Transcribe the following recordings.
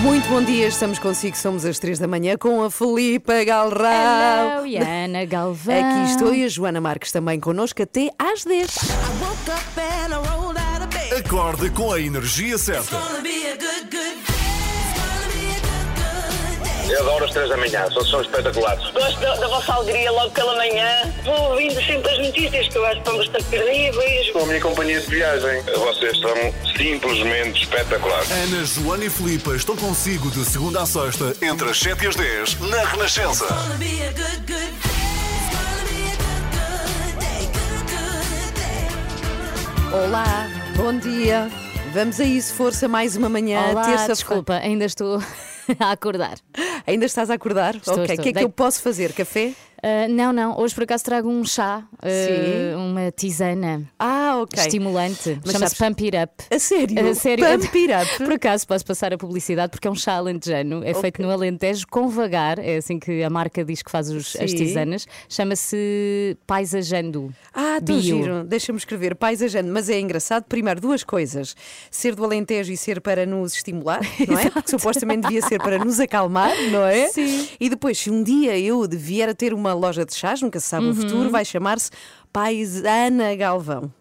Muito bom dia, estamos consigo, somos às três da manhã com a Filipa Galrão. Hello, e a Ana Galvão. Aqui estou e a Joana Marques também connosco até às 10. Acorde com a energia certa. Eu adoro as três da manhã, são, são espetaculares. Gosto da, da vossa alegria logo pela manhã. Vou ouvindo sempre as notícias que eu acho que são bastante terríveis. Com a minha companhia de viagem. Vocês são simplesmente espetaculares. Ana, Joana e Filipa estão consigo de segunda a sexta, entre as 7 e as 10, na Renascença. Olá, bom dia. Vamos a isso, força, mais uma manhã, Olá, terça-feira. desculpa, ainda estou a acordar. Ainda estás a acordar? ok, estou. o que é que Dei- eu posso fazer? Café? Ah, não, não, hoje por acaso trago um chá, ah, Sim. uma tisana Ah, ok. estimulante, Mas chama-se sabes- Pump It Up. A sério? A sério? Pump it up. Por acaso posso passar a publicidade porque é um chá alentejano, é feito no Alentejo com vagar, é assim que a marca diz que faz os- as Sim. tisanas, chama-se Paisajando. Ah, tão Bio. giro. Deixa-me escrever paisajando, mas é engraçado, primeiro, duas coisas: ser do Alentejo e ser para nos estimular, não é? Porque supostamente devia ser para nos acalmar, não é? Sim. E depois, se um dia eu vier a ter uma loja de chás, nunca se sabe Uhum. o futuro, vai chamar-se Paisana Galvão.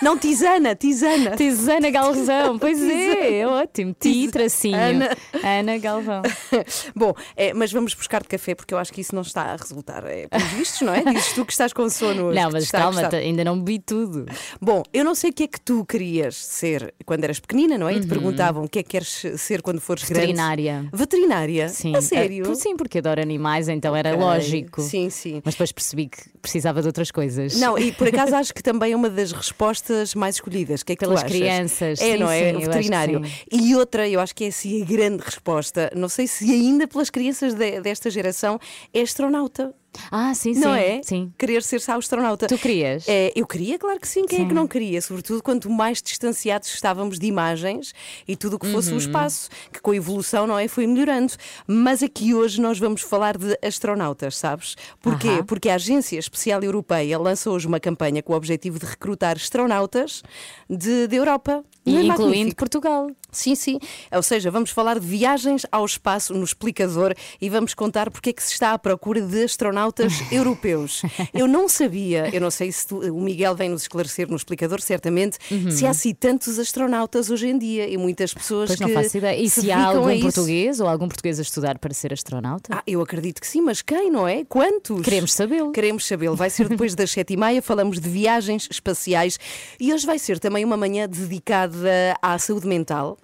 não, Tisana, Tisana. Tisana Galvão, pois é, é ótimo. Ti, Tis- tracinho. Ana. Ana Galvão. Bom, é, mas vamos buscar de café porque eu acho que isso não está a resultar. É, pelos vistos, não é? Dizes tu que estás com sono hoje. Não, que te mas está a calma, custar. ainda não bebi tudo. Bom, eu não sei o que é que tu querias ser quando eras pequenina, não é? E te perguntavam o que é que queres ser quando fores Uhum. Veterinária. grande. Veterinária. Sim. A sério? Ah, por- Sim, porque adoro animais, então era Ok. lógico. Sim, sim. Mas depois percebi que precisava de outras coisas. Não, e por acaso acho que também é uma das respostas mais escolhidas. O que é que tu Pelas achas? crianças, É, sim, não é? sim, o eu acho que veterinário. E outra, eu acho que é assim a grande resposta, não sei se ainda pelas crianças de- desta geração, é astronauta. Ah, sim, sim. Não é? Sim. Querer ser só astronauta. Tu querias? É, eu queria, claro que sim. Quem é que não queria? Sobretudo quanto mais distanciados estávamos de imagens e tudo o que Uhum. fosse o espaço, que com a evolução, não é? Foi melhorando. Mas aqui hoje nós vamos falar de astronautas, sabes? Porquê? Ahá. Porque a Agência Especial Europeia lança hoje uma campanha com o objetivo de recrutar astronautas de, da Europa. E Não é incluindo magnífico? Portugal. Sim, sim. Ou seja, vamos falar de viagens ao espaço no explicador e vamos contar porque é que se está à procura de astronautas europeus. Eu não sabia, eu não sei se tu- o Miguel vem nos esclarecer no explicador, certamente, Uhum. se há assim tantos astronautas hoje em dia e muitas pessoas Pois que não faço ideia. E se há dedicam a algum isso. português ou algum português a estudar para ser astronauta? Ah, eu acredito que sim, mas quem, não é? Quantos? Queremos sabê-lo. Queremos sabê-lo. Vai ser depois das sete e meia, falamos de viagens espaciais e hoje vai ser também uma manhã dedicada à saúde mental.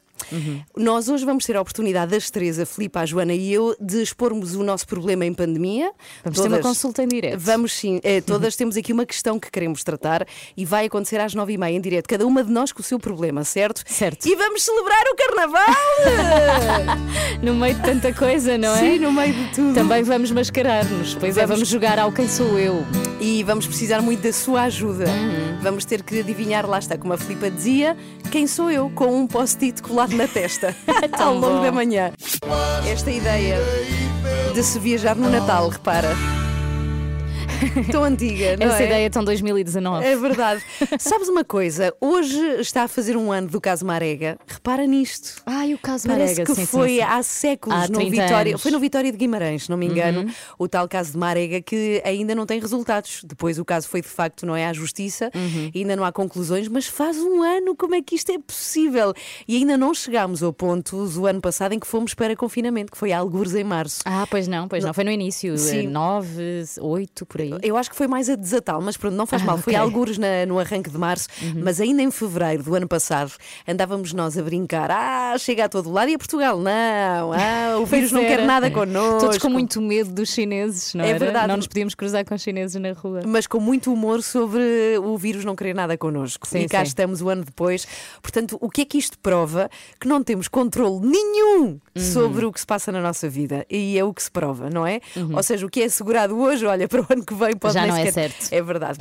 Nós hoje vamos ter a oportunidade, as três, a Filipe, a Joana e eu, de expormos o nosso problema em pandemia. Vamos ter uma consulta em direto. Vamos sim, Eh, todas temos aqui uma questão que queremos tratar e vai acontecer às nove e meia em direto. Cada uma de nós com o seu problema, certo? Certo. E vamos celebrar o carnaval! No meio de tanta coisa, não é? sim, no meio de tudo. Também vamos mascarar-nos. Pois é, Vamos- vamos jogar ao Quem Sou Eu. Uhum. E vamos precisar muito da sua ajuda. Vamos ter que adivinhar, lá está, como a Filipa dizia, quem sou eu com um post-it colado na testa ao Tão longo bom. da manhã. Esta ideia de se viajar no Natal, repara. Tão antiga, não Essa é? ideia tão 2019. É verdade. Sabes uma coisa? Hoje está a fazer um ano do caso Marega. Repara nisto. Ai, o caso Parece Marega, que sim, sim, foi sim. há séculos Há no 30 Vitória. anos. Uhum. Foi no Vitória de Guimarães, se não me engano, o tal caso de Marega que ainda não tem resultados. Depois o caso foi de facto, não é à justiça, Uhum. ainda não há conclusões, mas faz um ano, como é que isto é possível? E ainda não chegámos ao ponto do ano passado em que fomos para confinamento, que foi a algures em março. Ah, pois não, pois não. Foi no início, eh, Sim. 9, 8, por aí. Eu acho que foi mais a desatal, mas pronto, não faz Ah, mal. Foi ok. Uhum. algures na- no arranque de março, mas ainda em fevereiro do ano passado andávamos nós a brincar. Ah, chega a todo lado e a Portugal, não. Ah, o vírus não quer era. nada connosco. Todos com muito medo dos chineses, não É era? verdade. Não nos podíamos cruzar com os chineses na rua. Mas com muito humor sobre o vírus não querer nada connosco. Sim, e cá sim. estamos o ano depois. Portanto, o que é que isto prova? Que não temos controle Uhum. nenhum sobre o que se passa na nossa vida. E é o que se prova, não é? Ou seja, o que é assegurado hoje, olha, para o ano que vem pode Uhum. Já nem não é sequer- certo. É verdade.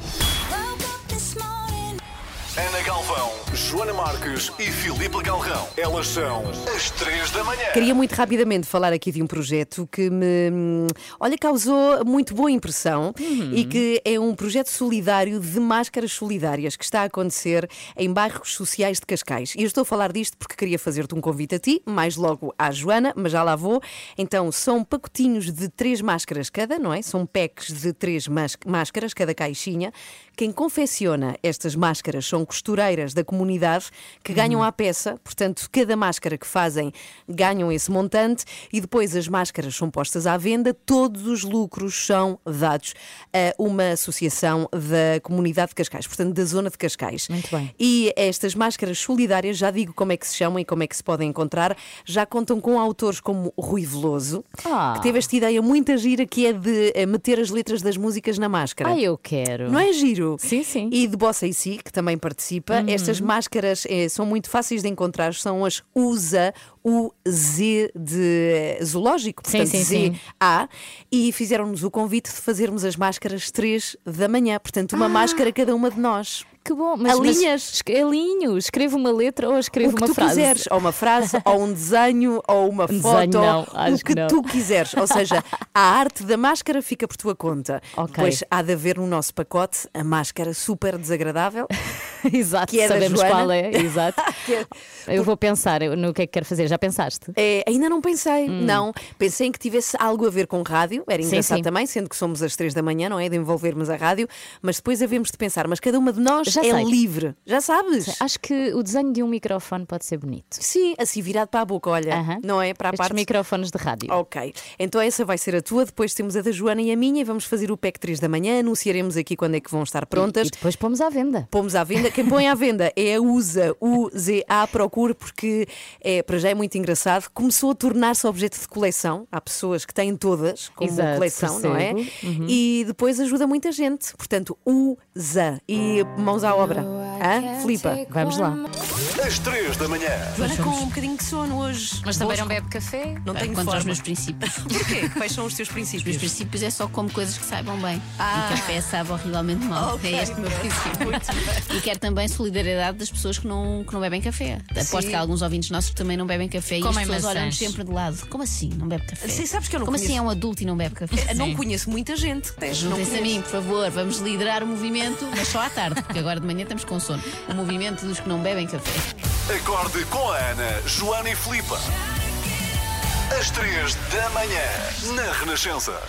Ana Galvão, Joana Marques e Filipe Galrão. Elas são as três da manhã. Queria muito rapidamente falar aqui de um projeto que me, hum, olha, causou muito boa impressão e que é um projeto solidário de máscaras solidárias que está a acontecer em bairros sociais de Cascais. E eu estou a falar disto porque queria fazer-te um convite a ti, mais logo à Joana, mas já lá vou. Então, são pacotinhos de três máscaras cada, não é? São packs de três mas- máscaras cada caixinha. Quem confecciona estas máscaras são costureiras da comunidade que ganham à peça, portanto, cada máscara que fazem ganham esse montante e depois as máscaras são postas à venda, todos os lucros são dados a uma associação da comunidade de Cascais, portanto, da zona de Cascais. Muito bem. E estas máscaras solidárias, já digo como é que se chamam e como é que se podem encontrar, já contam com autores como Rui Veloso, Ah. que teve esta ideia muito gira que é de eh, meter as letras das músicas na máscara. Ah, eu quero. Não é giro? Sim, sim. Uhum. E de Bossa e Si, que também participa. Estas máscaras eh, são muito fáceis de encontrar, são as USA, o Z de eh, zoológico, Sim, portanto sim, sim. ZA. E fizeram-nos o convite de fazermos as máscaras 3 da manhã, portanto, uma máscara cada uma de nós. Ah! Que bom, mas, Alinhas. mas es- alinho, escrevo uma letra ou escrevo o que uma tu frase. quiseres, ou uma frase, ou um desenho, ou uma Um desenho foto, não, o acho que que não. tu quiseres. Ou seja, a arte da máscara fica por tua conta. Ok. Depois há de haver no nosso pacote a máscara super desagradável. Exato, Que é da sabemos Joana. qual é, exato. Que é- Eu vou pensar no que é que quero fazer, já pensaste? Hum. É, ainda não pensei, não. Pensei em que tivesse algo a ver com rádio, era Sim, engraçado sim. também, sendo que somos às três da manhã, não é? De envolvermos a rádio, mas depois havemos de pensar, mas cada uma de nós Já é sei. livre, já sabes? Acho que o desenho de um microfone pode ser bonito. Sim, assim virado para a boca, olha, Aham. não é? Para a Estes parte. microfones de rádio. Ok, então essa vai ser a tua, depois temos a da Joana e a minha e vamos fazer o PEC 3 da manhã, anunciaremos aqui quando é que vão estar prontas. E depois pomos à venda. Pomos à venda. Quem põe à venda é a USA, UZA, procure, porque é, para já é muito engraçado. Começou a tornar-se objeto de coleção. Há pessoas que têm todas como Exato, coleção, não é? percebo. Uhum. E depois ajuda muita gente. Portanto, USA. E mãos à obra. Hã? Flipa. Vamos lá. Às três da manhã. Joana, com um bocadinho de sono hoje. Mas também não bebe café? Não Ah, tenho Quanto forma. aos meus princípios. Porquê? Quais são os teus Os meus princípios? Ah. princípios é só como coisas que saibam bem. E café sabe horrivelmente mal. Ok. É este o meu princípio. e quero também solidariedade das pessoas que não, que não bebem café. Aposto que há alguns ouvintes nossos que também não bebem café e é Comem as É pessoas maçãs. olham sempre de lado. Como assim? Não bebe café? Sim, sabes que eu não Como assim conheço. é um adulto e não bebe café? Eu Não conheço muita gente. que tem, não Juntem-se a conheço. mim, por favor, vamos liderar o movimento, mas só à tarde, porque agora de manhã estamos com sono. O movimento dos que não bebem café. Acorde com a Ana, Joana e Filipa. Às três da manhã. Na Renascença.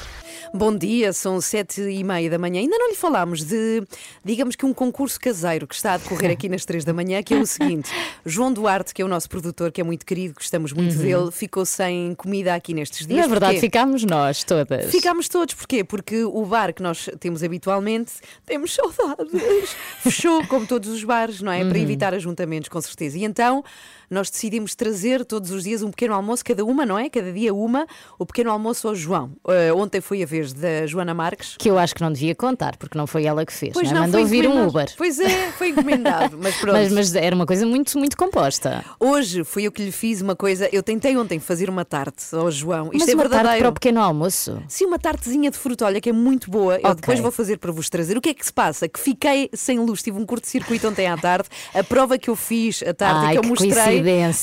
Bom dia, são sete e meia da manhã. Ainda não lhe falámos de, digamos que um concurso caseiro que está a decorrer aqui nas três da manhã, que é o seguinte: João Duarte, que é o nosso produtor, que é muito querido, gostamos muito Uhum. dele, ficou sem comida aqui nestes dias. Na é verdade, Porquê? ficámos nós todas. Ficámos todos, porquê? Porque o bar que nós temos habitualmente, temos saudades, fechou, como todos os bares, não é? Uhum. Para evitar ajuntamentos, com certeza. E então nós decidimos trazer todos os dias um pequeno almoço, cada uma, não é? Cada dia uma, o pequeno almoço ao João. Eh, ontem foi a vez da Joana Marques. Que eu acho que não devia contar, porque não foi ela que fez. Pois não é? não, Mandou foi vir um encomendado. Uber. Pois é, foi encomendado, mas pronto. Mas, mas era uma coisa muito, muito composta. Hoje fui eu que lhe fiz uma coisa. Eu tentei ontem fazer uma tarte ao João. Isto mas é uma tarde verdadeiro. para o pequeno almoço. Sim, uma tartezinha de fruta, olha, que é muito boa. Eu Ok. depois vou fazer para vos trazer. O que é que se passa? Que fiquei sem luz, tive um curto-circuito ontem à tarde. A prova que eu fiz à tarde Ai, e que eu que mostrei. coincidência.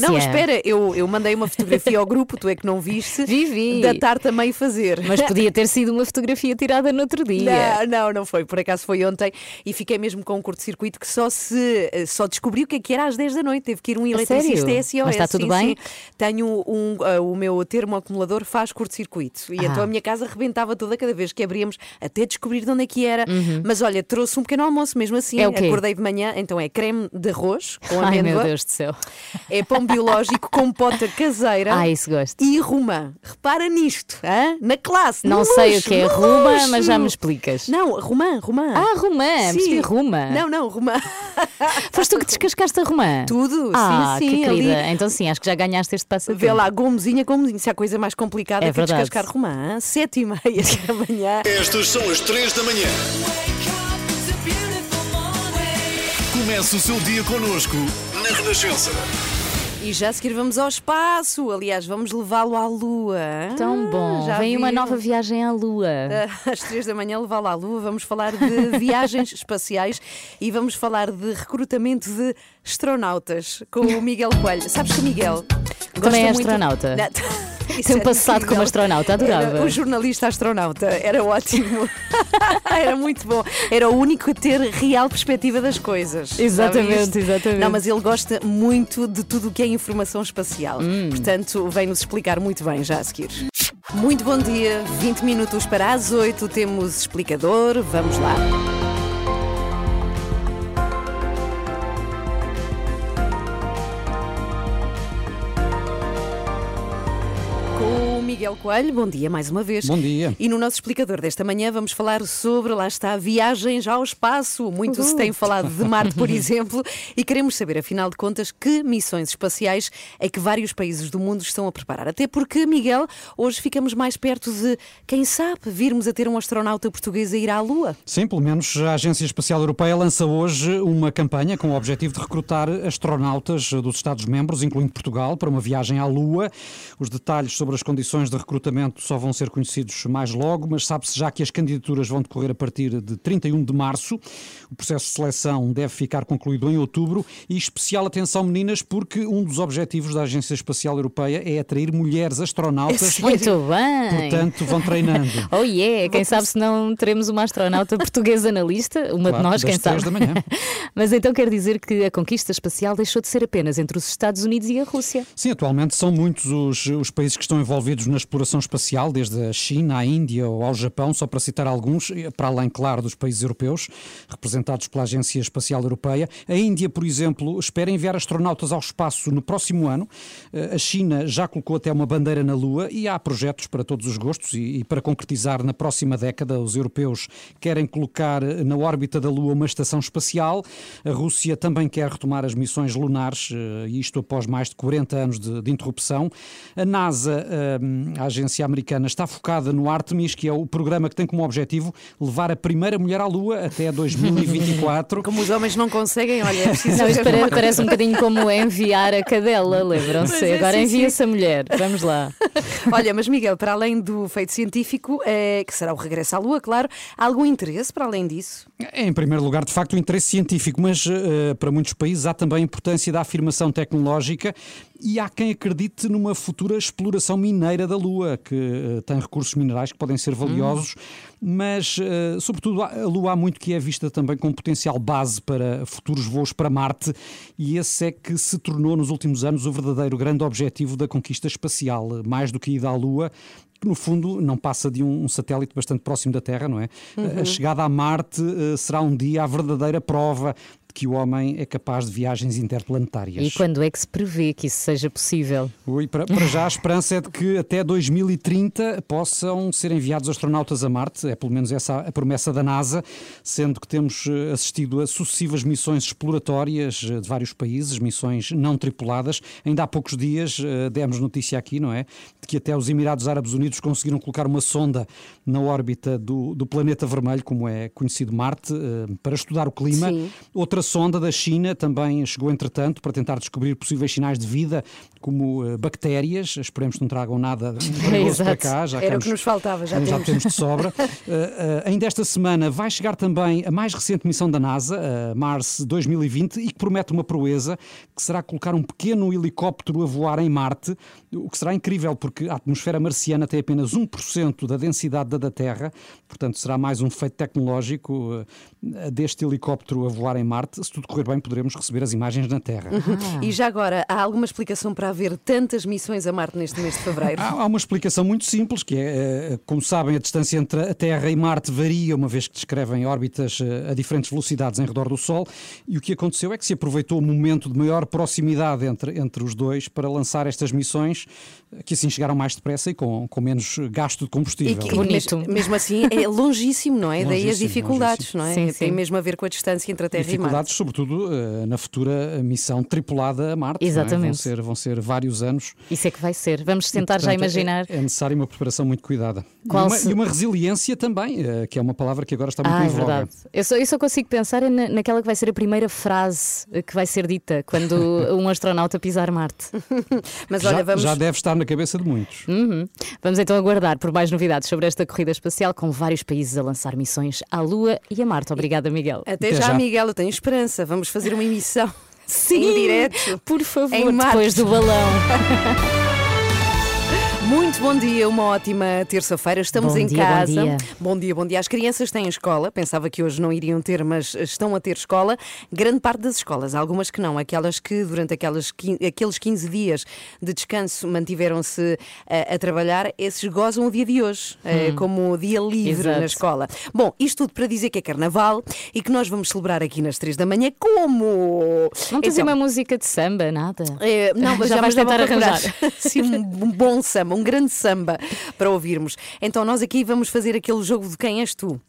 Não, espera, eu, eu mandei uma fotografia ao grupo, tu é que não viste. Vi, vi. Da tarde a meio fazer. Mas podia ter sido uma fotografia tirada no outro dia. Não, não, não foi. Por acaso foi ontem e fiquei mesmo com um curto-circuito que só se só descobri o que é que era às 10 da noite. Teve que ir um eletricista sério? SOS. Mas está tudo sim, bem? sim. Tenho um, ah, o meu termoacumulador faz curto-circuito e Ah. então a minha casa rebentava toda cada vez que abríamos até descobrir de onde é que era. Mas olha, trouxe um pequeno almoço mesmo assim. Uhum. É o quê? Acordei de manhã, então é creme de arroz com Ai, amêndoa. meu Deus do céu. É pão biológico com pota caseira. Ah, isso gosto. E rumã. Repara nisto, hã? na classe. no Não sei o luxo, que é no Ruma, mas já me luxo. explicas. Não, Romã, Romã. Ah, Romã, percebi Ruma. Não, não, Romã. Foste tu que descascaste a Romã? Tudo, ah, sim, sim. que querida. ali. Então sim, acho que já ganhaste este passatempo. Vê lá, gomezinha, gomezinha. Se há coisa mais complicada É que verdade. descascar Romã, hã? sete e meia da manhã. Estas são as três da manhã. Comece o seu dia connosco. Na Renascença. E já a seguir vamos ao espaço. Aliás, vamos levá-lo à Lua. Ah, Tão bom. já Vem uma viu? nova viagem à Lua. Ah, Às três da manhã levá-lo à Lua. Vamos falar de viagens espaciais e vamos falar de recrutamento de astronautas com o Miguel Coelho. Sabes que o Miguel gosta Também é muito- astronauta. Não, isso é Tem um era passado incrível. como astronauta, adorava. Era um jornalista astronauta, era ótimo. era muito bom. Era o único a ter real perspectiva das coisas. sabe Exatamente, isto? exatamente. Não, mas ele gosta muito de tudo o que é informação espacial. Hum. Portanto, vem-nos explicar muito bem já a seguir. Muito bom dia, 20 minutos para as 8, temos explicador, vamos lá. Com o Miguel Coelho, bom dia mais uma vez. Bom dia. E no nosso explicador desta manhã vamos falar sobre, lá está, viagens ao espaço. Muito se tem falado de Marte, por exemplo, e queremos saber, afinal de contas, que missões espaciais é que vários países do mundo estão a preparar. Até porque, Miguel, hoje ficamos mais perto de, quem sabe, virmos a ter um astronauta português a ir à Lua. Sim, pelo menos a Agência Espacial Europeia lança hoje uma campanha com o objetivo de recrutar astronautas dos Estados-membros, incluindo Portugal, para uma viagem à Lua. Os detalhes sobre as condições de recrutamento só vão ser conhecidos mais logo, mas sabe-se já que as candidaturas vão decorrer a partir de 31 de março. O processo de seleção deve ficar concluído em outubro e especial atenção, meninas, porque um dos objetivos da Agência Espacial Europeia é atrair mulheres astronautas. Muito bem. Portanto, vão treinando. Oh yeah, quem sabe se não teremos uma astronauta portuguesa na lista, uma de Claro, nós, das quem sabe. três da manhã. Mas então quer dizer que a conquista espacial deixou de ser apenas entre os Estados Unidos e a Rússia. Sim, atualmente são muitos os, os países que estão envolvidos na exploração espacial, desde a China, à Índia ou ao Japão, só para citar alguns, eh, para além, claro, dos países europeus, representados pela Agência Espacial Europeia. A Índia, por exemplo, espera enviar astronautas ao espaço no próximo ano. Eh, A China já colocou até uma bandeira na Lua e há projetos para todos os gostos e, e para concretizar na próxima década, os europeus querem colocar na órbita da Lua uma estação espacial. A Rússia também quer retomar as missões lunares, eh, e isto após mais de 40 anos de, de interrupção. A NASA, eh, a agência americana, está focada no Artemis, que é o programa que tem como objetivo levar a primeira mulher à Lua até 2024. Como os homens não conseguem, olha, é preciso. Não, isto haver pare- uma- parece um bocadinho como enviar a cadela, lembram-se? Pois é, Agora sim, envia-se a mulher. Vamos lá. Olha, mas Miguel, para além do feito científico, eh, que será o regresso à Lua, claro, há algum interesse para além disso? Em primeiro lugar, de facto, o interesse científico, mas eh, para muitos países há também a importância da afirmação tecnológica e há quem acredite numa futura exploração mineira da Lua, que eh, tem recursos minerais que podem ser valiosos, mas, eh, sobretudo, a a Lua há muito que é vista também como potencial base para futuros voos para Marte e esse é que se tornou nos últimos anos o verdadeiro grande objetivo da conquista espacial, eh, mais do que a ida à Lua, que no fundo não passa de um, um satélite bastante próximo da Terra, não é? Uhum. A chegada a Marte eh, será um dia a verdadeira prova de que o homem é capaz de viagens interplanetárias. E quando é que se prevê que isso seja possível? Ui, para, para já a esperança é de que até 2030 possam ser enviados astronautas a Marte, é pelo menos essa a promessa da NASA, sendo que temos eh, assistido a sucessivas missões exploratórias eh, de vários países, missões não tripuladas. Ainda há poucos dias eh, demos notícia aqui, não é? De que até os Emirados Árabes Unidos conseguiram colocar uma sonda na órbita do, do planeta vermelho, como é conhecido Marte, eh, para estudar o clima. Sim. Outra sonda da China também chegou, entretanto, para tentar descobrir possíveis sinais de vida, como eh, bactérias. Esperemos que não tragam nada perigoso para Exato. cá. Já Era o temos- que nos faltava, já temos. de sobra. Eh, eh, ainda esta semana vai chegar também a mais recente missão da NASA, eh, Mars 2020, e que promete uma proeza que será colocar um pequeno helicóptero a voar em Marte, o que será incrível porque a atmosfera marciana tem apenas 1% da densidade da da Terra, portanto será mais um feito tecnológico eh, deste helicóptero a voar em Marte. Se tudo correr bem, poderemos receber as imagens na Terra. Uhum. E já agora, há alguma explicação para haver tantas missões a Marte neste mês de fevereiro? Há, há uma explicação muito simples, que é, eh, como sabem, a distância entre a Terra e Marte varia, uma vez que descrevem órbitas eh, a diferentes velocidades em redor do Sol, e o que aconteceu é que se aproveitou o momento de maior proximidade entre, entre os dois para lançar estas missões, eh, que assim chegaram mais depressa e com, com menos gasto de combustível. E que- Que bonito. Mes- mesmo assim, é longíssimo, não é? Daí as Longíssimo, dificuldades, não é? Sim, Tem sim. mesmo a ver com a distância entre a Terra e Marte. Dificuldades, sobretudo eh, na futura missão tripulada a Marte. não é? Vão Exatamente. ser, vão ser vários anos. Isso é que vai ser. Vamos tentar Portanto, já é- imaginar. É, necessário uma preparação muito cuidada. Qual e, uma, se- e uma resiliência também, eh, que é uma palavra que agora está muito Ah, em é voga. verdade. Eu só, eu só consigo pensar é na- naquela que vai ser a primeira frase eh, que vai ser dita quando um astronauta pisar Marte. Mas Já, olha, vamos. já deve estar na cabeça de muitos. Vamos então aguardar por mais novidades sobre esta corrida espacial, com vários países a lançar missões à Lua e a Marte. Obrigada, Miguel. Até, Até já, já. Miguel, eu tenho esperança. Vamos fazer uma emissão em direto. por favor, Em Marte. depois do balão. Muito bom dia, uma ótima terça-feira. Estamos Bom em dia, bom casa. dia. bom dia, bom dia. As crianças têm escola. Pensava que hoje não iriam ter, mas estão a ter escola. Grande parte das escolas, algumas que não, aquelas que durante aquelas, quin- aqueles 15 dias de descanso mantiveram-se eh, a, trabalhar, esses gozam o dia de hoje, eh, como dia livre Hum. Exato. na escola. Bom, isto tudo para dizer que é carnaval e que nós vamos celebrar aqui nas 3 da manhã como. Não tens Então, uma música de samba, nada. é, não, mas já, Já vais estava tentar a procurar. arranjar. Sim, um um bom samba, um grande samba para ouvirmos. Então nós aqui vamos fazer aquele jogo de quem és tu.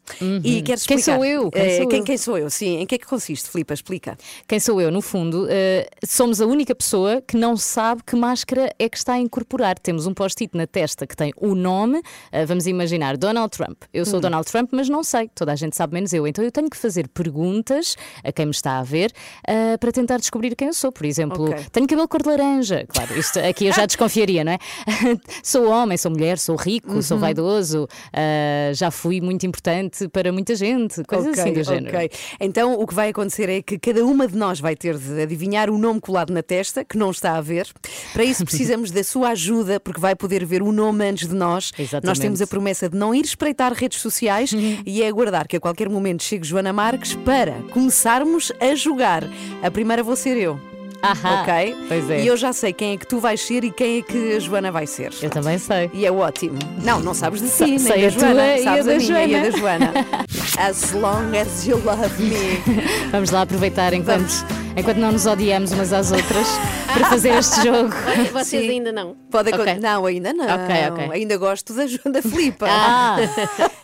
E queres Uhum. Quem explicar? sou eu? Quem Eh, sou quem, eu? quem sou eu? Sim, em que é que consiste, Filipa? Explica. Quem sou eu, no fundo, eh, somos a única pessoa que não sabe que máscara é que está a incorporar. Temos um post-it na testa que tem o nome, eh, vamos imaginar, Donald Trump. Eu Hum. sou Donald Trump, mas não sei, toda a gente sabe menos eu. Então eu tenho que fazer perguntas a quem me está a ver eh, para tentar descobrir quem eu sou. Por exemplo, Ok. tenho cabelo cor de laranja. Claro, isto aqui eu já desconfiaria, não é? sou homem, sou mulher, sou rico, Uhum. sou vaidoso, eh, já fui muito importante para muita gente, coisas Ok, assim do ok. género. Então o que vai acontecer é que cada uma de nós vai ter de adivinhar o nome colado na testa, que não está a ver. Para isso precisamos da sua ajuda, porque vai poder ver o nome antes de nós. Exatamente. Uhum. Nós temos a promessa de não ir espreitar redes sociais e é aguardar que a qualquer momento chegue Joana Marques para começarmos a jogar. A primeira vou ser eu. Ahá, ok? Pois é. E eu já sei quem é que tu vais ser e quem é que a Joana vai ser. Eu também sei. E é ótimo. Não, não sabes de ti, nem sei da a tua Joana. e a sabes da minha e a da Joana. Joana. As long as you love me. Vamos lá aproveitar enquanto, enquanto não nos odiamos umas às outras para fazer este jogo. Vocês Sim. ainda não. Pode acon- Ok. Não, ainda não. Ok, ok. Ainda gosto da, Jo- da Filipa. Ah,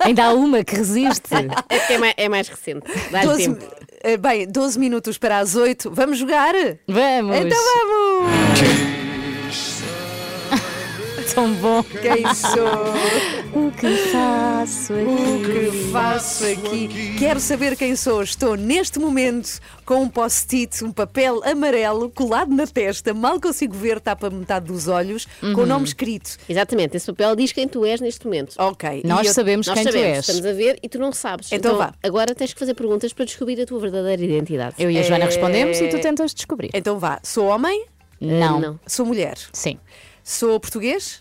ainda há uma que resiste. É porque é mais, é mais recente. Dá-lhe Doze- tempo. eh, Bem, 12 minutos para as 8. Vamos jogar? Vamos! Então vamos! Tão bom! Quem sou? O que faço O aqui? que faço aqui? Quero saber quem sou. Estou neste momento com um post-it, um papel amarelo colado na testa. Mal consigo ver, tapa metade dos olhos, com o nome escrito. Uhum. Exatamente, esse papel diz quem tu és neste momento. Ok. e Nós eu- sabemos Nós quem sabemos, tu és. estamos a ver e tu não sabes. Então vá. Agora tens que fazer perguntas para descobrir a tua verdadeira identidade. Eu e É- a Joana respondemos e tu tentas descobrir. Então vá. Sou homem? Não. Eh, não. Sou mulher? Sim. Sou português?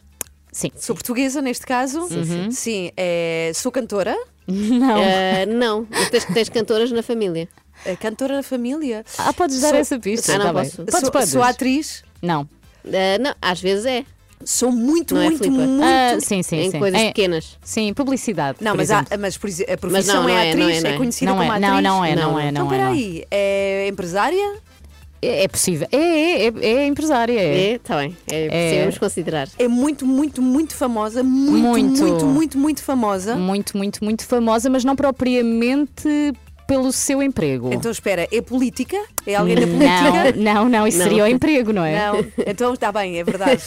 Sim. Sou portuguesa neste caso? Uhum. Sim. eh, sou cantora? Não. É. Ah, não, mas tens, tens cantoras na família. Eh, Cantora da família? Ah, podes dar Sou- essa pista. Ah, não tá bem. posso. Podes, sou, podes. sou atriz? Não. Ah, não, às vezes é. Sou muito, Não é, muito, Filipa? muito. Ah, sim, sim, em sim. coisas É- pequenas. Sim, publicidade. Não, por mas, há, exemplo. mas por exemplo, a profissão não, não é, é, atriz, não é, é, não é. conhecida Não como é, atriz. não, não é, não é, Então, não é, não. peraí, é empresária? É é possível. É, é, é, é empresária. é. É, está bem. É, É. sim, Vamos considerar. É muito, muito, muito famosa. Muito, muito, Muito. muito, muito, famosa. muito, muito, muito famosa, mas não propriamente pelo seu emprego. Então espera, é política? É alguém da política? não, não, não, isso Não. seria o emprego, não é? Não, então está bem, é verdade.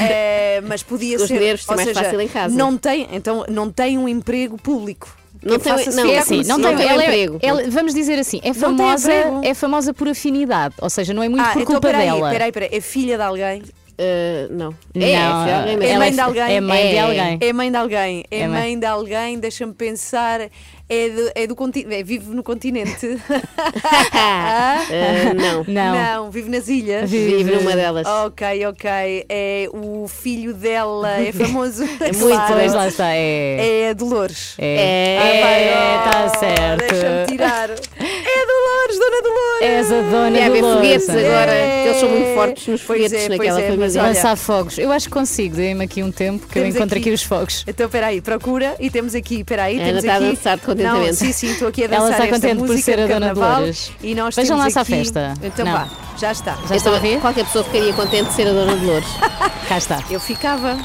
É, mas podia Os ser. nervos, ou é mais seja, fácil em casa. Não tem, então não tem um emprego público. Não Que tem- faça-se não, ficar É assim, conhecida. não Não tem, tem ela é- emprego. ela- vamos dizer assim, é tem famosa, emprego. é famosa por afinidade, ou seja, não é muito Ah, por então culpa peraí, dela. peraí, peraí, é filha de alguém? Ah, não. Não, É, é, é alguém É mesmo. mãe ela de alguém? É mãe de É. alguém. É mãe de alguém, é, É mãe. mãe. de alguém, deixa-me pensar, é do, é do continente, vive no continente. Ah, Uh, não. Não. Não, vive nas ilhas. Vive numa delas. Ok, ok. É o filho dela, é famoso. é muito Pois lá está, é. É a Dolores. É, Ah, vai, é, oh, tá certo. Deixa-me tirar. É a és Dona Dolores! És a dona É. Deve haver do foguetes Lourdes. agora. Eles são muito fortes nos Pois é, foguetes pois naquela é, mas família. olha- Lançar fogos. Eu acho que consigo. Deem-me aqui um tempo que eu Temos encontro aqui, os fogos. Então, peraí, procura e temos aqui, peraí, Ana temos tá está a aqui... dançar de contentamento. Não, sim, sim, estou aqui a Ela dançar está esta contente por música ser de a Dona carnaval Dolores. E nós Vejam temos lá aqui... essa festa. Então Não. vá, já está. Então, Já estão a ver? Qualquer pessoa ficaria contente de ser a Dona Dolores. Cá está. Eu ficava.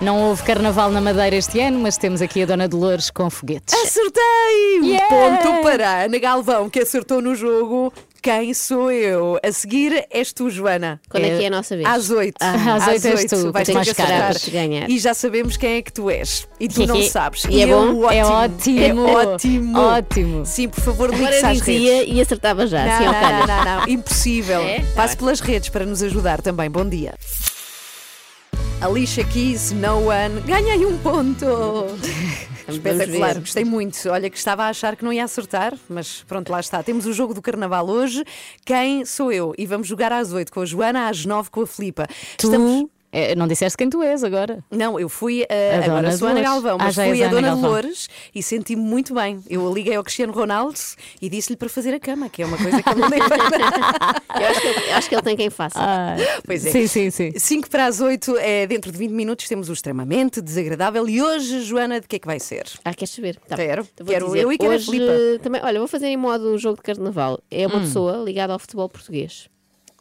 Não houve carnaval na Madeira este ano, mas temos aqui a Dona Dolores com foguetes. Acertei! Um Yeah! Ponto para Ana Galvão, que acertou no jogo. Quem sou eu? A seguir és tu, Joana. Eh, Quando é Eu- que é a nossa vez? Às oito. Ah, às oito és tu, Vais tens ter que mais cara acertar. para te ganhar. E já sabemos quem é que tu és. E tu não sabes. E é eu, bom? É É ótimo. ótimo. Ótimo. Sim, por favor, ligue-se Agora às redes. dizia e acertava já, assim Não, ao calhas. não, não, não, impossível. É? Tá Passe pelas redes para nos ajudar também. Bom dia. Alicia Keys, No One, ganhei um ponto. Espetacular, ver. gostei muito. Olha, que estava a achar que não ia acertar, mas pronto, lá está. Temos o jogo do carnaval hoje. Quem sou eu? E vamos jogar às 8 com a Joana, às 9 com a Filipa. Tu Estamos- eh, não disseste quem tu és agora. Não, eu fui a, A agora Dona sou a Ana Dolores. Galvão, Ah, mas já és fui a a Ana Dona Galvão. Dolores e senti-me muito bem. Eu liguei ao Cristiano Ronaldo e disse-lhe para fazer a cama, que é uma coisa que eu não dei Eu acho que, ele, acho que ele tem quem faça. Pois é. Ah, Sim, sim, sim. 5 para as 8, é, dentro de 20 minutos, temos o extremamente desagradável. E hoje, Joana, de que é que vai ser? Ah, queres saber? Tá bem. Quero, Então vou quero dizer. eu e quero a Hoje, Filipa. Hum. Também, olha, vou fazer em modo um jogo de carnaval. É uma pessoa ligada ao futebol português.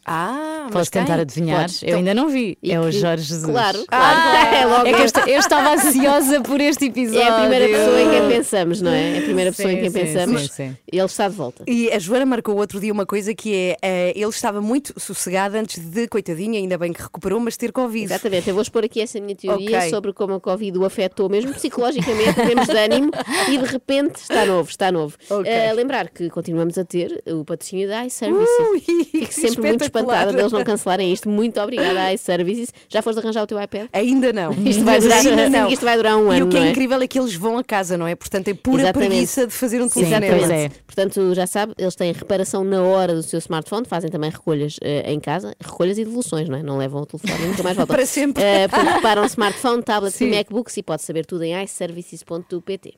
Ah, mas Posso quem? tentar adivinhar? Podes. Eu ainda não vi. E é o que- Jorge Jesus. Claro, claro. Ah, é logo. É que eu, esta- eu estava ansiosa por este episódio. É a primeira pessoa em quem pensamos, não é? É a primeira pessoa em Sim, quem sim, pensamos. sim, sim. Ele está de volta. E a Joana marcou outro dia uma coisa que é: eh, ele estava muito sossegado antes de, coitadinha, ainda bem que recuperou, mas ter Covid. Exatamente, eu vou expor aqui essa minha teoria Ok. sobre como a Covid o afetou, mesmo psicologicamente, temos de ânimo e de repente está novo, está novo. Ok. Eh, lembrar que continuamos a ter o patrocínio da iServices. Ui, Fico sempre muito espetacular. espantada deles não cancelarem isto. Muito obrigada à iServices. Já foste arranjar o teu iPad? Ainda não. Isto vai durar- Ainda não. isto vai durar um E ano, o que não é é? incrível é que eles vão a casa, não é? Portanto, é pura Exatamente. preguiça de fazer um telefonema. pois é. Portanto, já sabe, eles têm reparação na hora do seu smartphone, fazem também recolhas eh, em casa, recolhas e devoluções, não é? Não levam o telefone e nunca mais voltam. Para sempre. Eh, portanto, um reparam smartphone, tablet e MacBooks e pode saber tudo em iServices.pt.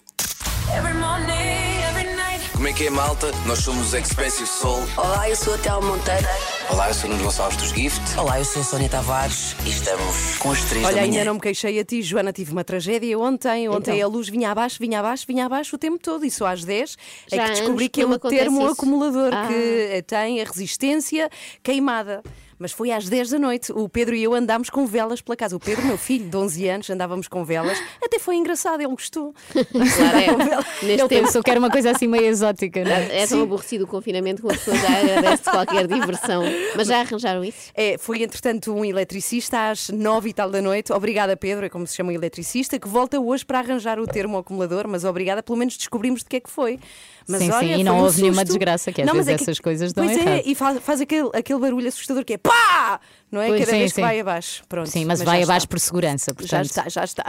Como é que é, malta? Nós somos os Expensive Soul. Olá, eu sou a Théo Monteiro. Olá, eu sou o Nuno Gonçalves dos Gift. Olá, eu sou a Sónia Tavares. E estamos com as três Olha, da ainda manhã. não me queixei a ti, Joana. Tive uma tragédia ontem. Ontem Então. a luz vinha abaixo, vinha abaixo, vinha abaixo o tempo todo. E só às 10 Já é há que anos descobri que que é não me o acontece termo isso. acumulador Ah. que eh, tem a resistência queimada. Mas foi às 10 da noite. O Pedro e eu andámos com velas pela casa. O Pedro, meu filho de 11 anos, andávamos com velas. Até foi engraçado, ele gostou. Claro, é. Ele Neste tempo pensou que era uma coisa assim meio exótica, não é? é tão aborrecido o confinamento que uma pessoa já agradece qualquer diversão. Mas já arranjaram isso? É, foi, entretanto, um eletricista às nove e tal da noite. Obrigada, Pedro, é como se chama o eletricista, que volta hoje para arranjar o termo acumulador, mas obrigada, pelo menos descobrimos de que é que foi. Mas Sim, sim, olha, e foi não um houve nenhuma susto. desgraça, que às mas vezes essas coisas dão Pois é, errado. e faz, faz aquele, aquele barulho assustador que é pá! Não é? Pois, Cada sim, vez que sim. vai abaixo. Pronto, Sim, mas, já vai está. abaixo por segurança. Portanto. Já está, já está.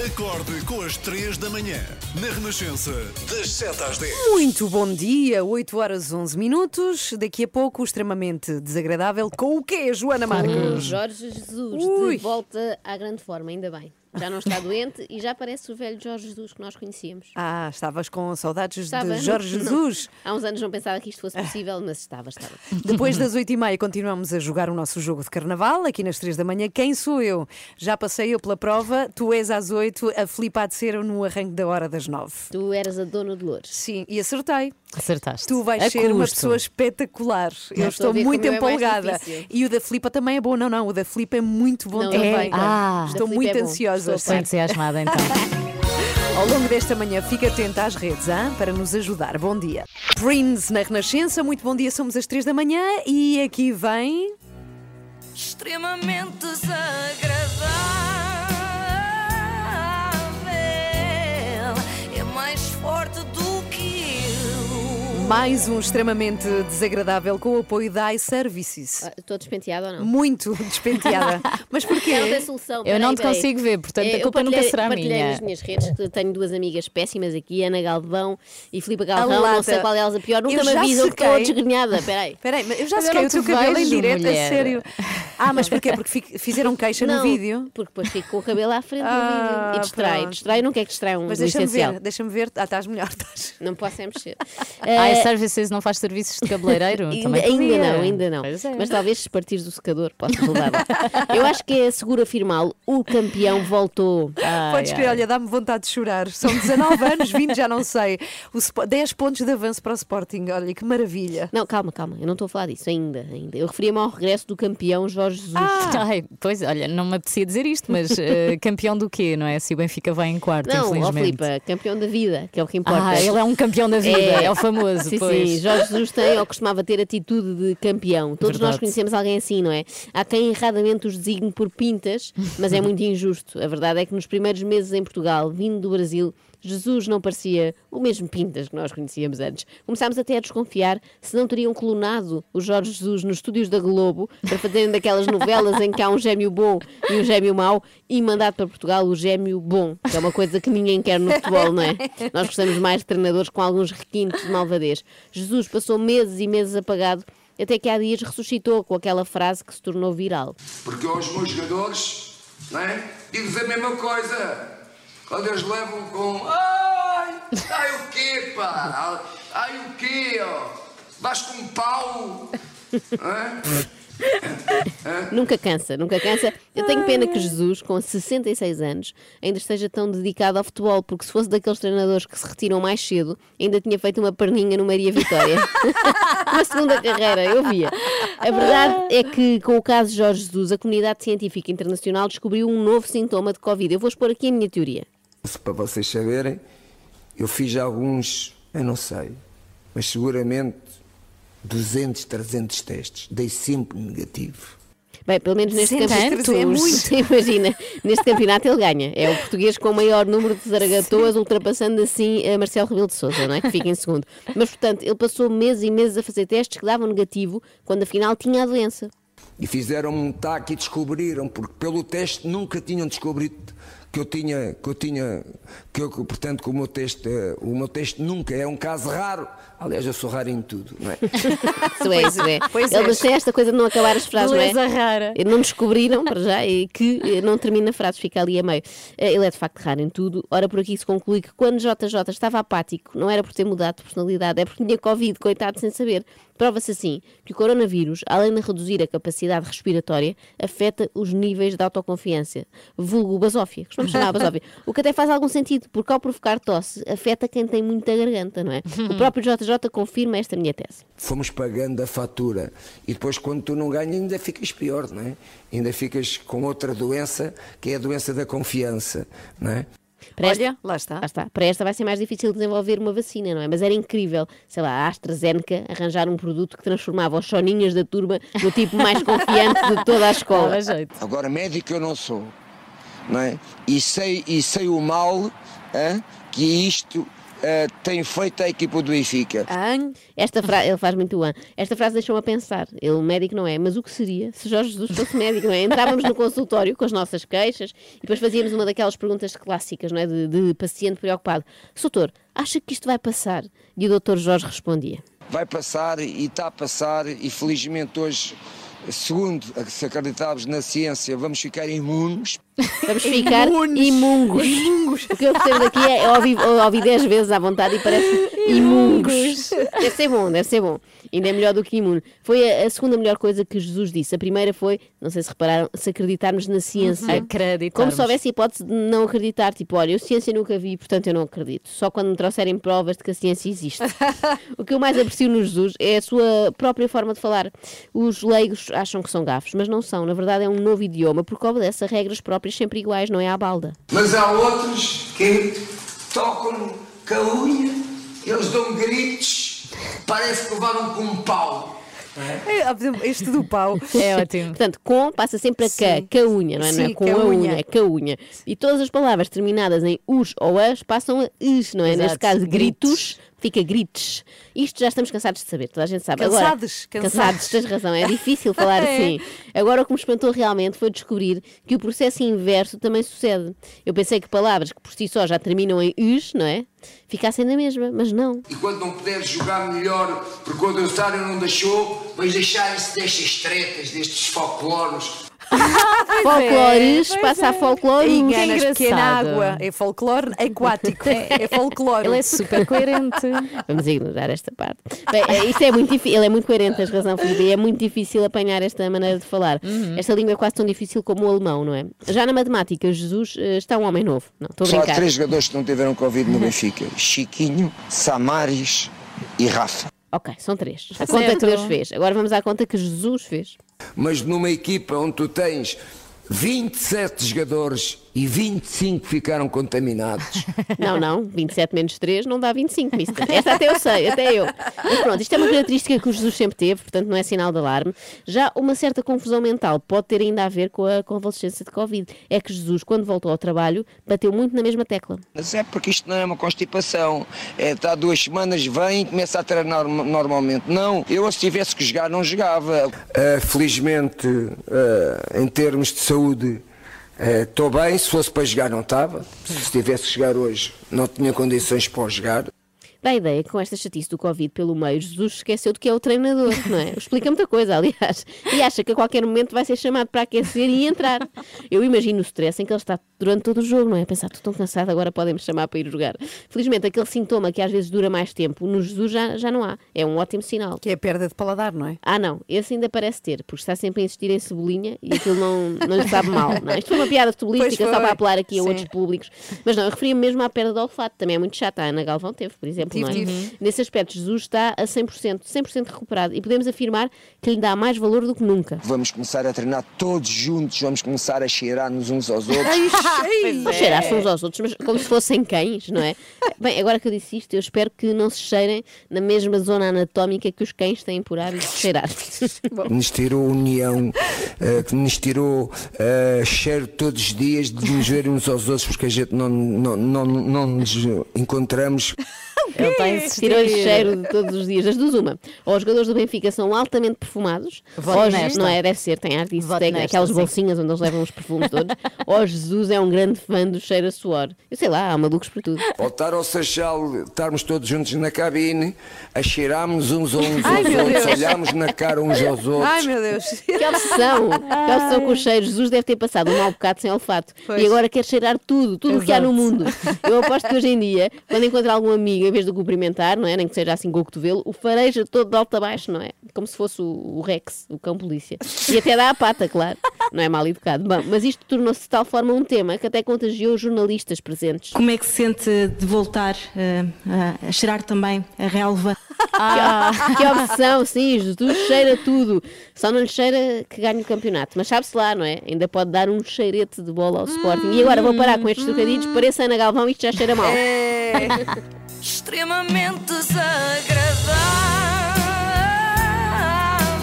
Acorde com as 3 da manhã, na Renascença, das 7 às 10. Muito bom dia, 8 horas 11 minutos. Daqui a pouco, o extremamente desagradável com o quê, Joana Marcos? O Jorge Jesus Ui. de volta à grande forma, ainda bem. Já não está doente e já parece o velho Jorge Jesus que nós conhecíamos. Ah, estavas com saudades Estava, de Jorge não- Jesus. Há uns anos não pensava que isto fosse possível, mas estava, estava. Depois das 8h30 continuamos a jogar o nosso jogo de carnaval, aqui nas 3 da manhã. Quem sou eu? Já passei eu pela prova, tu és às 8, a Filipe há de ser no arranque da hora das 9. Tu eras a dona Dolores. Sim, e acertei. Acertaste. Tu vais A ser uma custo. pessoa espetacular. Eu Já estou estou a ver que muito o meu é mais empolgada. difícil. e o da Filipa também é bom. Não, não, o da Filipe é muito bom Não, também. é bom. Ah. estou Da Filipe muito é bom. ansiosa. Estou Estou entusiasmada então. Ao longo desta manhã, fica atenta às redes hã? para nos ajudar. Bom dia. Prince na Renascença, muito bom dia. Somos às 3 da manhã e aqui vem. Extremamente desagradável. É mais forte do que eu. Mais um extremamente desagradável com o apoio da iServices. Ah, Estou despenteada ou não? Muito despenteada. Mas Ela porquê? tem solução. Eu não peraí, te peraí. consigo ver, portanto Eh, a eu culpa nunca partilhei- será partilhei minha. nas minhas redes que tenho duas amigas péssimas aqui, Ana Galvão e Filipa Galvão. Alada. Não sei qual delas é a pior. Eu Nunca me já avisam que estou sequei. desgrenhada. Espera aí. Espera aí, mas eu já Mas eu sequei não o teu te cabelo em vejo, direto, é mulher. sério. Ah, mas porquê? Porque fi- fizeram queixa no Não, vídeo. Porque depois fico com o cabelo à frente Ah, do vídeo e distrai. pronto. Distrai, não quer que distrai um Mas mas deixa-me essencial. ver, deixa-me ver. Ah, estás melhor, estás. Ah, Não posso é mexer. Ai, Eh, services não faz Ah, é serviços de cabeleireiro? Ainda, Também ainda podia. não, ainda não. Pois é. Mas talvez se partires do secador possa ajudar. Eu acho que é seguro afirmá-lo. O campeão voltou. Ai, Podes crer, ai. olha, dá-me vontade de chorar. São 19 anos, 20, já não sei. O Spo- 10 pontos de avanço para o Sporting, olha, que maravilha. Não, calma, calma. Eu não estou a falar disso ainda. ainda. Eu referia-me ao regresso do campeão Jorge Jesus. Ah! Ai, pois, olha, não me apetecia dizer isto, mas eh, campeão do quê, não é? Se o Benfica vai em quarto, não, ó infelizmente. Filipa, campeão da vida, que é o que importa. ah, ele é um campeão da vida, é, o famoso, Sim, pois. sim, Jorge Jesus tem ou costumava ter atitude de campeão. Todos nós Verdade. conhecemos alguém assim, não é? Há quem erradamente os designe por pintas, mas é muito injusto. A verdade é que nos primeiros meses em Portugal, vindo do Brasil, Jesus não parecia o mesmo pintas que nós conhecíamos antes. Começámos até a desconfiar se não teriam clonado o Jorge Jesus nos estúdios da Globo para fazerem daquelas novelas em que há um gêmeo bom e um gêmeo mau e mandado para Portugal o gêmeo bom, que é uma coisa que ninguém quer no futebol, não é? Nós gostamos mais de treinadores com alguns requintes de malvadez. Jesus passou meses e meses apagado, até que há dias ressuscitou com aquela frase que se tornou viral. Porque aos meus jogadores, não é? Digo-vos a mesma coisa. Quando eles levam com. Ai, ai o quê, pá? Ai o quê, ó? Vais com um pau? é? Hã? Nunca cansa, nunca cansa. Eu tenho pena que Jesus, com 66 anos, ainda esteja tão dedicado ao futebol, porque se fosse daqueles treinadores que se retiram mais cedo, ainda tinha feito uma perninha no Maria Vitória. uma segunda carreira, eu via. A verdade é que, com o caso de Jorge Jesus, a comunidade científica internacional descobriu um novo sintoma de Covid. Eu vou expor aqui a minha teoria. Para vocês saberem, eu fiz alguns, eu não sei, mas seguramente 200, 300 testes. Dei sempre negativo. Bem, pelo menos neste Sim, campeonato. é muito. Sim, Imagina, neste campeonato ele ganha. É o português com o maior número de zaragatoas, ultrapassando assim a Marcelo Rebelo de Souza, não é? Que fica em segundo. Mas, portanto, ele passou meses e meses a fazer testes que davam negativo, quando afinal tinha a doença. E fizeram-me um taque e descobriram, porque pelo teste nunca tinham descobrido que eu tinha, que eu tinha, que eu, que, portanto, que o meu teste, eh, o meu teste nunca é um caso raro. Aliás, eu sou raro em tudo, não é? Isso é, isso é. Pois ele és. deixou esta coisa de não acabar as frases, não é? Beleza rara. Não descobriram, para já, e que eh, não termina frases, fica ali a meio. Eh, Ele é de facto raro em tudo. Ora, por aqui se conclui que quando JJ estava apático, não era por ter mudado de personalidade, é porque tinha Covid, coitado, sem saber. Prova-se assim que o coronavírus, além de reduzir a capacidade respiratória, afeta os níveis de autoconfiança. Vulgo basófia, costumamos chamar a basófia. O que até faz algum sentido, porque ao provocar tosse, afeta quem tem muita garganta, não é? O próprio JJ confirma esta minha tese. Fomos pagando a fatura e depois quando tu não ganhas ainda ficas pior, não é? Ainda ficas com outra doença que é a doença da confiança, não é? Olha, lá está. Para esta vai ser mais difícil desenvolver uma vacina, não é? Mas era incrível, sei lá, a AstraZeneca arranjar um produto que transformava os soninhas da turma no tipo mais confiante de toda a escola. Agora, médico eu não sou, não é? E sei, e sei o mal hã, que isto hã, tem feito à equipa do Benfica. Ah. Esta frase, ele faz muito an. Esta frase deixou-me a pensar. Ele médico não é, mas o que seria se Jorge Jesus fosse médico, não é? Entrávamos no consultório com as nossas queixas e depois fazíamos uma daquelas perguntas clássicas, não é? De, de paciente preocupado. "Sr. Doutor, acha que isto vai passar? E o doutor Jorge respondia. Vai passar e está a passar e felizmente hoje, segundo, se acreditarmos na ciência, vamos ficar imunes. Vamos ficar imungos. O que eu percebo daqui é eu ouvi, eu ouvi 10 vezes à vontade e parece imungos. Deve ser bom, deve ser bom. Ainda é melhor do que imune. Foi a, a segunda melhor coisa que Jesus disse. A primeira foi, não sei se repararam, se acreditarmos na ciência. Uhum. Acreditarmos. Como se houvesse hipótese de não acreditar. Tipo, olha, eu ciência nunca vi, portanto eu não acredito. Só quando me trouxerem provas de que a ciência existe. o que eu mais aprecio no Jesus é a sua própria forma de falar. Os leigos acham que são gafos, mas não são. Na verdade é um novo idioma, porque obedece a regras próprias sempre iguais, não é à balda. Mas há outros que tocam com a unha, eles dão gritos, parece que levaram com um pau. É, ah, Este do pau. É ótimo. Portanto, com passa sempre a ca, ca unha, não é? não é Sim, com ca a unha, unha. é ca unha. E todas as palavras terminadas em us ou as passam a is, não é? Exato. Neste caso, gritos, Gritos. fica grites. Isto já estamos cansados de saber, toda a gente sabe. Cansados, Agora, cansados. cansados, tens razão, é difícil falar É. assim. Agora o que me espantou realmente foi descobrir que o processo inverso também sucede. Eu pensei que palavras que por si só já terminam em us, não é? Ficassem na mesma, mas não. E quando não puderes jogar melhor, porque o adversário não deixou, vais deixar-se destas tretas, destes folcloros. Ah, é, Folclores, pois passa a é. folclore. Enganas porque é na água, é folclore aquático, é folclore. Ele é super coerente. Vamos ignorar esta parte. Bem, eh, isto é muito difícil, ele é muito coerente, tens razão, Filipe, e é muito difícil apanhar esta maneira de falar. Esta língua é quase tão difícil como o alemão, não é? Já na matemática, Jesus eh, está um homem novo. Não, estou a Só há brincar. três jogadores que não tiveram Covid no Benfica: Chiquinho, Samaris e Rafa. Ok, são três. A conta que Deus fez. Agora vamos à conta que Jesus fez. Mas numa equipa onde tu tens 27 jogadores e 25 ficaram contaminados. Não, não, 27 menos 3 não dá 25, mister. Esta até eu sei, até eu. Mas pronto, isto é uma característica que o Jesus sempre teve, portanto não é sinal de alarme. Já uma certa confusão mental pode ter ainda a ver com a convalescência de Covid. É que Jesus, quando voltou ao trabalho, bateu muito na mesma tecla. Mas é porque isto não é uma constipação. É, está duas semanas, vem e começa a treinar norm- normalmente. Não, eu se tivesse que jogar, não jogava. Uh, felizmente, uh, em termos de saúde, ah, estou bem. Se fosse para jogar, não estava. Se tivesse que jogar hoje, não tinha condições para jogar. Dá a ideia que com esta chatice do Covid pelo meio, Jesus esqueceu de que é o treinador, não é? Explica muita coisa, aliás. E acha que a qualquer momento vai ser chamado para aquecer e entrar. Eu imagino o stress em que ele está durante todo o jogo, não é? A Pensar, estou tão cansado, agora podem-me chamar para ir jogar. Felizmente, aquele sintoma que às vezes dura mais tempo, no Jesus já, já não há. É um ótimo sinal. Que é a perda de paladar, não é? Ah, não, esse ainda parece ter, porque está sempre a insistir em cebolinha e aquilo não, não lhe sabe mal. Não. é? Isto foi uma piada futebolística, Pois só foi. para apelar aqui a Sim. outros públicos. Mas não, eu referia-me mesmo à perda de olfato, também é muito chata. A Ana Galvão teve, por exemplo. Tive, não é? tive. Nesse aspecto, Jesus está a 100%, 100% recuperado e podemos afirmar que lhe dá mais valor do que nunca. Vamos começar a treinar todos juntos, vamos começar a cheirar-nos uns aos outros. Ou cheirar-se é. uns aos outros, mas como se fossem cães, não é? Bem, agora que eu disse isto, eu espero que não se cheirem na mesma zona anatómica que os cães têm por hábito de cheirar. nos tirou união, eh, que nos tirou eh, cheiro todos os dias de nos ver uns aos outros porque a gente não, não, não, não nos encontramos. Ele tá está a insistir. Tirou cheiro de todos os dias. As duas, uma. Ou os jogadores do Benfica são altamente perfumados, Voto ou nesta. não é? Deve ser, tem ar disso, Voto tem nesta, aquelas sim. bolsinhas onde eles levam os perfumes todos. ou Jesus é um grande fã do cheiro a suor. Eu sei lá, há malucos por tudo. Ou estar ao Seixal, estarmos todos juntos na cabine, a cheirarmos uns a uns Ai, aos meu outros, Deus. olharmos na cara uns aos outros. Ai meu Deus. Que obsessão! Que obsessão com o cheiro. Jesus deve ter passado um mau bocado sem olfato. Pois. E agora quer cheirar tudo, tudo o que há no Exato. mundo. Eu aposto que hoje em dia, quando encontra algum amigo, em vez de o cumprimentar, não é? Nem que seja assim com o cotovelo, o fareja todo de alto a baixo, não é? Como se fosse o, o Rex, o cão polícia. E até dá a pata, claro. Não é mal educado. Bom, mas isto tornou-se de tal forma um tema que até contagiou os jornalistas presentes. Como é que se sente de voltar eh, a- a cheirar também a relva? Que, que opção, sim, Jesus cheira tudo. Só não lhe cheira que ganhe o campeonato. Mas sabe-se lá, não é? Ainda pode dar um cheirete de bola ao Sporting. E agora vou parar com estes trocadilhos, pareça Ana Galvão, isto já cheira mal. É extremamente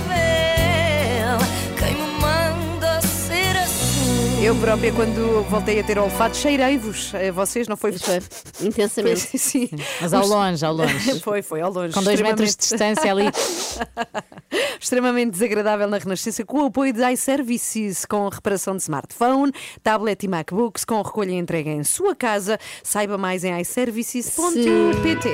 desagradável. Quem me manda ser assim? Eu própria, quando voltei a ter olfato, cheirei-vos. Eh, Vocês, não foi? é, Intensamente. Foi, sim. Mas ao longe, ao longe. Foi, foi, ao longe. Com dois metros de Extremamente- distância ali. Extremamente desagradável na Renascença, com o apoio de iServices, com reparação de smartphone, tablet e MacBooks, com recolha e entrega em sua casa. Saiba mais em iServices.pt.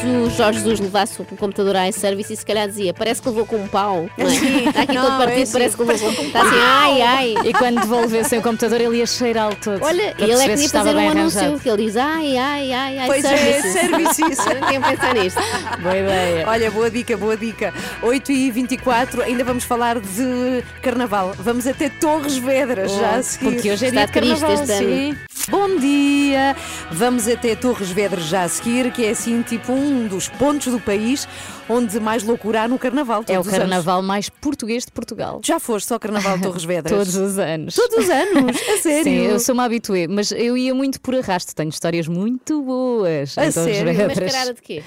Se o Um Jorge Jesus levasse o computador à iService e se calhar dizia, parece que levou com um pau. Não é? Sim. Está aqui Não, todo partido, é assim. parece que levou com um Está assim, ai, ai. E quando devolvessem o computador, ele ia cheirá-lo todo. Olha, para e ele é perceber se que devia estava fazer um bem anúncio, arranjado. que ele diz, ai, ai, ai, ai, Pois é, services. services. Eu não tinha pensado nisto. Boa ideia. Olha, boa dica, boa dica. 8 e 24 ainda vamos falar de carnaval. Vamos até Torres Vedras Oh, já a seguir. porque hoje é Está dia de triste carnaval, este ano. sim. Bom dia! Vamos até Torres Vedras já a seguir, que é assim tipo um dos pontos do país onde mais loucura há no carnaval. É o todos os anos. carnaval mais português de Portugal. Já foste ao Carnaval de Torres Vedras? Todos os anos. Todos os anos? A sério? Sim, eu sou uma habituê, mas eu ia muito por arrasto, tenho histórias muito boas. A em Torres sério? Vedras. Mascarada de quê?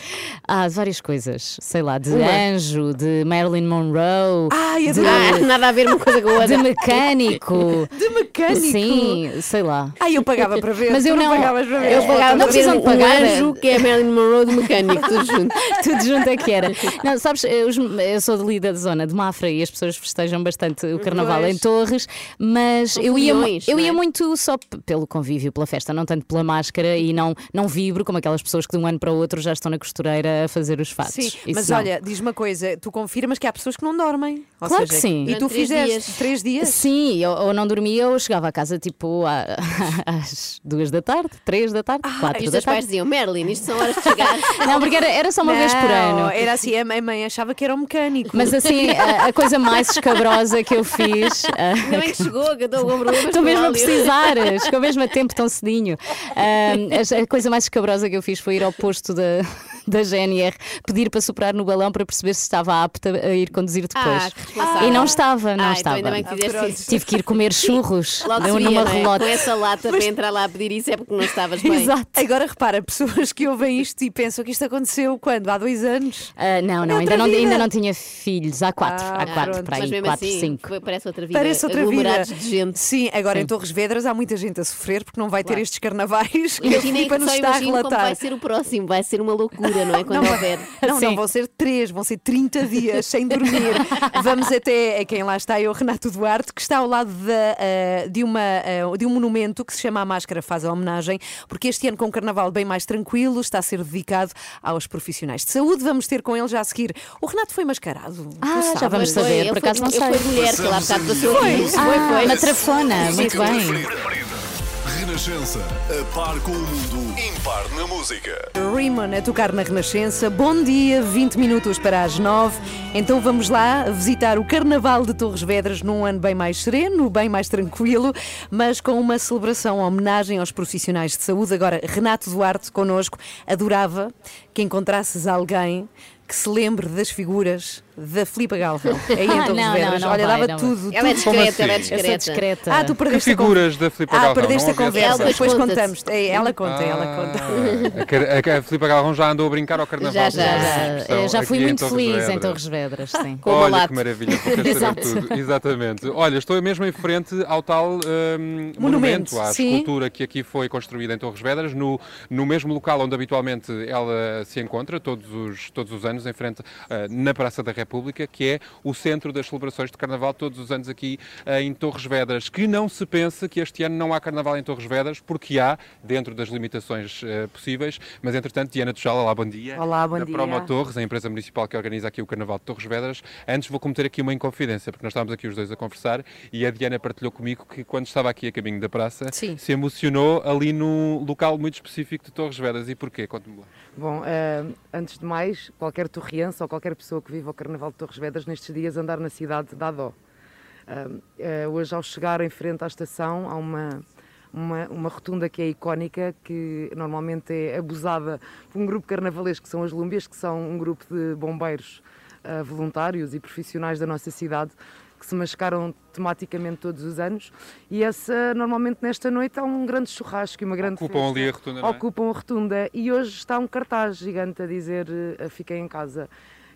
Ah, de várias coisas. Sei lá, de Uma. anjo, de Marilyn Monroe. Ai, de... adorava. Nada a ver uma coisa com a outra. De mecânico. De mecânico? Sim, sei lá. Ai, eu pagava para ver. Mas eu Tu não- pagavas para ver. eu pagava não para ver precisam um- de pagar. um anjo que é a Marilyn Monroe do mecânico, tudo junto. Tudo junto é que era. Não, sabes, eu, os- eh, eu sou ali da zona de Mafra e as pessoas festejam bastante o carnaval Pois. em Torres, mas São eu ia, mu- reuniões, eu não é? ia muito só p- pelo convívio, pela festa, não tanto pela máscara e não, não vibro como aquelas pessoas que de um ano para o outro já estão na costureira a fazer os fatos. Sim, Isso mas não. olha, diz uma coisa, tu confirmas que há pessoas que não dormem. Ou Claro seja, que sim. E tu Durante três fizeste dias. três dias? Sim, eu, ou não dormia ou chegava a casa tipo à- às duas da tarde, três da Ah, tarde, E quatro os da teus pais tarde. diziam, Marilyn, isto são horas de chegar. Não, porque era, era só uma vez por Não, ano. Era assim, a minha mãe achava que era um mecânico. Mas assim, a, a coisa mais escabrosa que eu fiz. ah, Ainda bem que chegou, que eu um estou com problemas. Estou com mesmo a óleo. precisar, chegou mesmo a tempo tão cedinho. Ah, a coisa mais escabrosa que eu fiz foi ir ao posto da, da GNR pedir para superar no balão para perceber se estava apta a ir conduzir Ah, depois. que responsável. e não estava, não Ah, então estava. ainda bem que fizeste isso. Tive que ir comer churros Logo num- assim, se via, numa não é? relote. Com essa lata para entrar lá a pedir isso é porque não estavas bem. Exato. Agora repara, pessoas que ouvem isto e pensam que isto aconteceu quando? Há dois anos. Ah, não, outra não, ainda não, vida. ainda não tinha filhos. Há quatro, Ah, há quatro, pronto, para Mas aí, mesmo quatro, assim, cinco. foi- parece outra vida. Parece outra vida. aglomerados de gente. Sim, agora em Torres Vedras há muita gente a sofrer porque não vai ter estes carnavais que tipo, a Imaginem Filipa é que nos só está a imagino como vai relatar. ser o próximo. Vai ser uma loucura, não é? Quando Não, houver. Não, não Sim. vão ser três, vão ser 30 dias sem dormir. Vamos até a quem lá está, é o Renato Duarte, que está ao lado da, ah, de, uma, ah, de um monumento que se chama A Máscara Faz a Homenagem, porque este ano com o carnaval bem mais tranquilo está a ser dedicado aos profissionais de saúde. Vamos ter com ele já a seguir. O Renato foi mascarado. Tu Ah, já sabes. vamos Foi, saber, ele por foi- acaso não ele sei. foi mulher que lá há bocado passou Foi. aqui. Ah, Foi, foi. matrafona, muito Música bem. preferida. Renascença, a par com o mundo, impar na música. Riemann a tocar na Renascença. Bom dia, 20 minutos para as 9. Então vamos lá visitar o Carnaval de Torres Vedras num ano bem mais sereno, bem mais tranquilo, mas com uma celebração, homenagem aos profissionais de saúde. Agora, Renato Duarte connosco adorava que encontrasses alguém que se lembre das figuras da Filipa Galvão. Aí em Ah, Torres não, Vedras. não, não Olha, dava vai, não vai. tudo, Ela é tudo. discreta, ela é Eu sou discreta. discreta. Ah, tu Que perdeste a conversa. figuras da Filipe Ah, Galvão? perdeste Não a havia conversa. Ela essa. Depois conta-te. contamos. É, Ela conta, ela conta. Ah, a Car- a, Car- a Filipe Galvão já andou a brincar ao carnaval. Já, já, com já. essa Ah, expressão, é já fui aqui em muito Torres feliz então. em Vedras. Torres Vedras, sim. Ah, Com o Olha malato. que maravilha, vou querer saber tudo. Exatamente. Olha, estou mesmo em frente ao tal hum, monumento, à sim. escultura que aqui foi construída em Torres Vedras, no, no mesmo local onde habitualmente ela se encontra, todos os, todos os anos, em frente ah, na Praça da República, que é o centro das celebrações de Carnaval, todos os anos aqui ah, em Torres Vedras. Que não se pense que este ano não há Carnaval em Torres Vedras, porque há, dentro das limitações ah, possíveis, mas entretanto, Diana Tujala, olá, bom dia. Olá, bom da dia. Promo Torres, a empresa municipal que organiza aqui o Carnaval de Torres Vedras. Antes vou cometer aqui uma inconfidência, porque nós estávamos aqui os dois a conversar e a Diana partilhou comigo que quando estava aqui a caminho da praça Sim. se emocionou ali num local muito específico de Torres Vedras. E porquê? Conte-me lá. Bom, eh, antes de mais, qualquer torriense ou qualquer pessoa que viva o Carnaval de Torres Vedras nestes dias andar na cidade dá dó. Ah, eh, hoje, ao chegar em frente à estação, há uma, uma, uma rotunda que é icónica, que normalmente é abusada por um grupo carnavalesco, que são as Lúmbias, que são um grupo de bombeiros ah, voluntários e profissionais da nossa cidade, que se mascaram tematicamente todos os anos. E essa, normalmente, nesta noite há um grande churrasco e uma grande Ocupam festa. ali a rotunda, não é? Ocupam a rotunda. E hoje está um cartaz gigante a dizer eh, fiquem em casa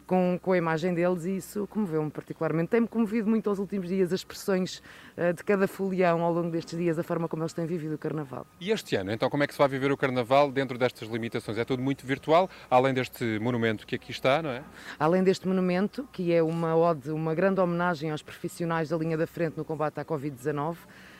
com, com a imagem deles e isso comoveu-me particularmente. Tem-me comovido muito aos últimos dias as expressões eh, de cada folião ao longo destes dias, a forma como eles têm vivido o Carnaval. E este ano, então, como é que se vai viver o Carnaval dentro destas limitações? É tudo muito virtual, além deste monumento que aqui está, não é? Além deste monumento, que é uma ode, uma grande homenagem aos profissionais da linha da frente no combate à Covid-19,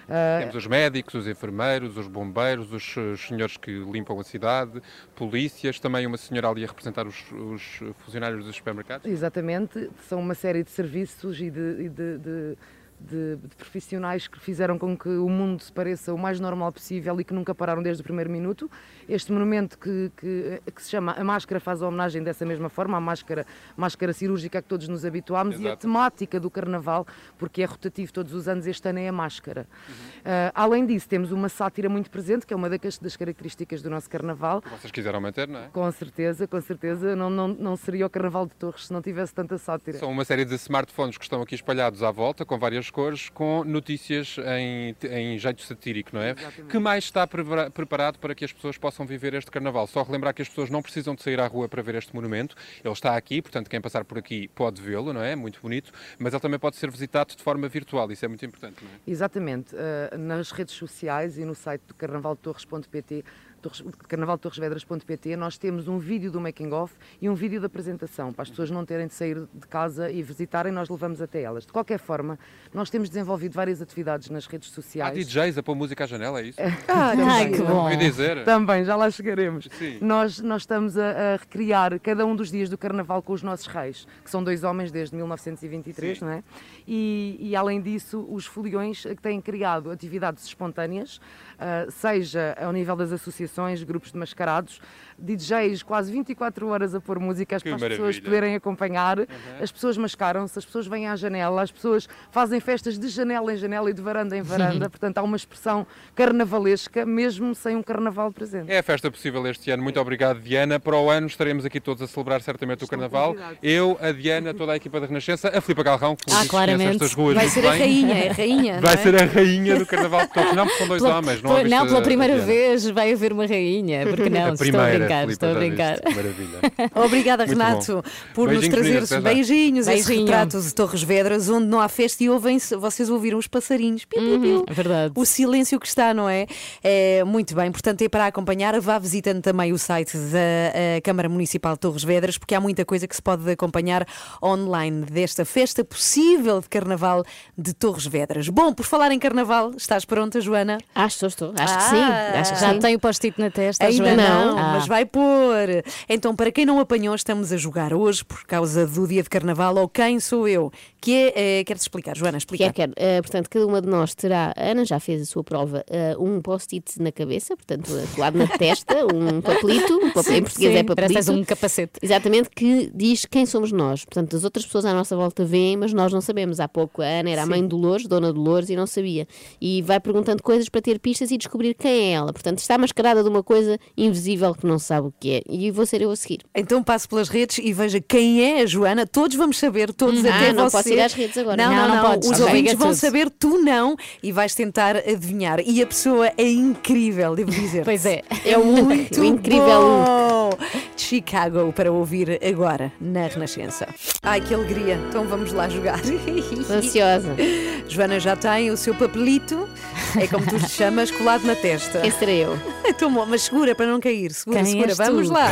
eh, Temos os médicos, os enfermeiros, os bombeiros, os, eh, senhores que limpam a cidade, polícias, também uma senhora ali a representar os, os funcionários dos supermercados. Exatamente, são uma série de serviços e de, e de- de- de, de profissionais que fizeram com que o mundo se pareça o mais normal possível e que nunca pararam desde o primeiro minuto. Este monumento que, que, que se chama A Máscara faz a homenagem dessa mesma forma, a máscara, máscara cirúrgica a que todos nos habituámos e a Exato. temática do carnaval, porque é rotativo todos os anos, este ano é a máscara. Ah, além disso, temos uma sátira muito presente, que é uma da- das características do nosso carnaval, Vocês quiseram manter, não é? com certeza, com certeza. Não, não, não seria o Carnaval de Torres se não tivesse tanta sátira. São uma série de smartphones que estão aqui espalhados à volta, com várias cores, com notícias em, em jeito satírico, não é? Que mais está prevera- preparado para que as pessoas possam viver este carnaval? Só relembrar que as pessoas não precisam de sair à rua para ver este monumento. Ele está aqui, portanto, quem passar por aqui pode vê-lo, não é? Muito bonito, mas ele também pode ser visitado de forma virtual, isso é muito importante, não é? Exatamente. eh, nas redes sociais e no site do carnavaldetorres.pt Torres- carnavaldetorresvedras.pt nós temos um vídeo do making off e um vídeo da apresentação, para as pessoas não terem de sair de casa e visitarem, nós levamos até elas. De qualquer forma, nós temos desenvolvido várias atividades nas redes Há sociais. DJs a pôr música à janela, é isso? Ah, Ah, Também. Ouvi dizer. Também, já lá chegaremos. Sim. Nós, nós estamos a, a recriar cada um dos dias do Carnaval com os nossos reis, que são dois homens desde 1923, Sim. não é? E, e, além disso, os foliões que têm criado atividades espontâneas, ah, seja ao nível das associações, grupos de mascarados, DJs quase 24 horas a pôr músicas Que para as pessoas maravilha. Uhum. poderem acompanhar, as pessoas mascaram-se, as pessoas vêm à janela, as pessoas fazem festas de janela em janela e de varanda em varanda, portanto há uma expressão carnavalesca, mesmo sem um carnaval presente. É a festa possível este ano. Muito obrigado, Diana. Para o ano estaremos aqui todos a celebrar certamente o Carnaval. Eu, a Diana, toda a equipa da Renascença, a Filipa Galrão, que ah, claramente. estas ruas Vai muito ser a bem. rainha, é a rainha, Vai não é? ser a rainha do Carnaval de Torres. Não, porque são dois Pela- homens, não pela- ouviste não, pela a- a primeira Diana? vez vai haver uma rainha, porque não? a estou a primeira, brincar, Filipa, estou a já brincar. viste? Maravilha. Obrigada, Muito Renato, bom. por nos Beijinhos, trazer meninas, esses até já. beijinhos, esse Beijinho. retrato de Torres Vedras, onde não há festa e ouvem-se, vocês ouviram os passarinhos. Piu, Uhum, piu, piu. é verdade. O silêncio que está, não é? É, Muito bem, portanto, é para acompanhar. Vá visitando também o site da eh, Câmara Municipal de Torres Vedras, porque há muita coisa que se pode acompanhar online desta festa possível de Carnaval de Torres Vedras. Bom, por falar em Carnaval, estás pronta, Joana? Ah. Acho que estou, acho que sim, acho que Já sim. tem o post-it na testa, Ainda Joana? não, Ah. mas vai pôr. Então, para quem não apanhou, estamos a jogar hoje por causa do dia de carnaval ou quem sou eu? Que é. eh, Quero-te explicar, Joana, explica. Quer, quer. Eh, portanto, cada uma de nós terá, a Ana já fez a sua prova, eh, um post-it na cabeça, portanto, colado na testa, um papelito, um papel- Sim, em português sim, é papelito. parece que tens um capacete. Exatamente, que diz quem somos nós. Portanto, as outras pessoas à nossa volta veem, mas nós não sabemos. Há pouco a Ana era a Sim. mãe de Dolores, dona Dolores, e não sabia. E vai perguntando coisas para ter pistas e descobrir quem é ela. Portanto, está mascarada de uma coisa invisível que não sabe o que é. E vou ser eu a seguir. Então passo pelas redes e veja quem é a Joana. Todos vamos saber, todos Hum. até Ah, não você. posso ir às redes agora. Não, não, Não, não. não podes. Os Ok. ouvintes Diga vão tudo. saber, tu não, e vais tentar adivinhar. E a pessoa é incrível, devo dizer. Pois é. É muito um, O incrível um. bom. De Chicago para ouvir agora na Renascença. Ai, que alegria. Então vamos lá jogar. Estou ansiosa. Joana já tem o seu papelito, é como tu te chamas, colado na testa. Esse será eu. Então, bom, mas segura para não cair, segura, Quem segura, és tu? vamos lá.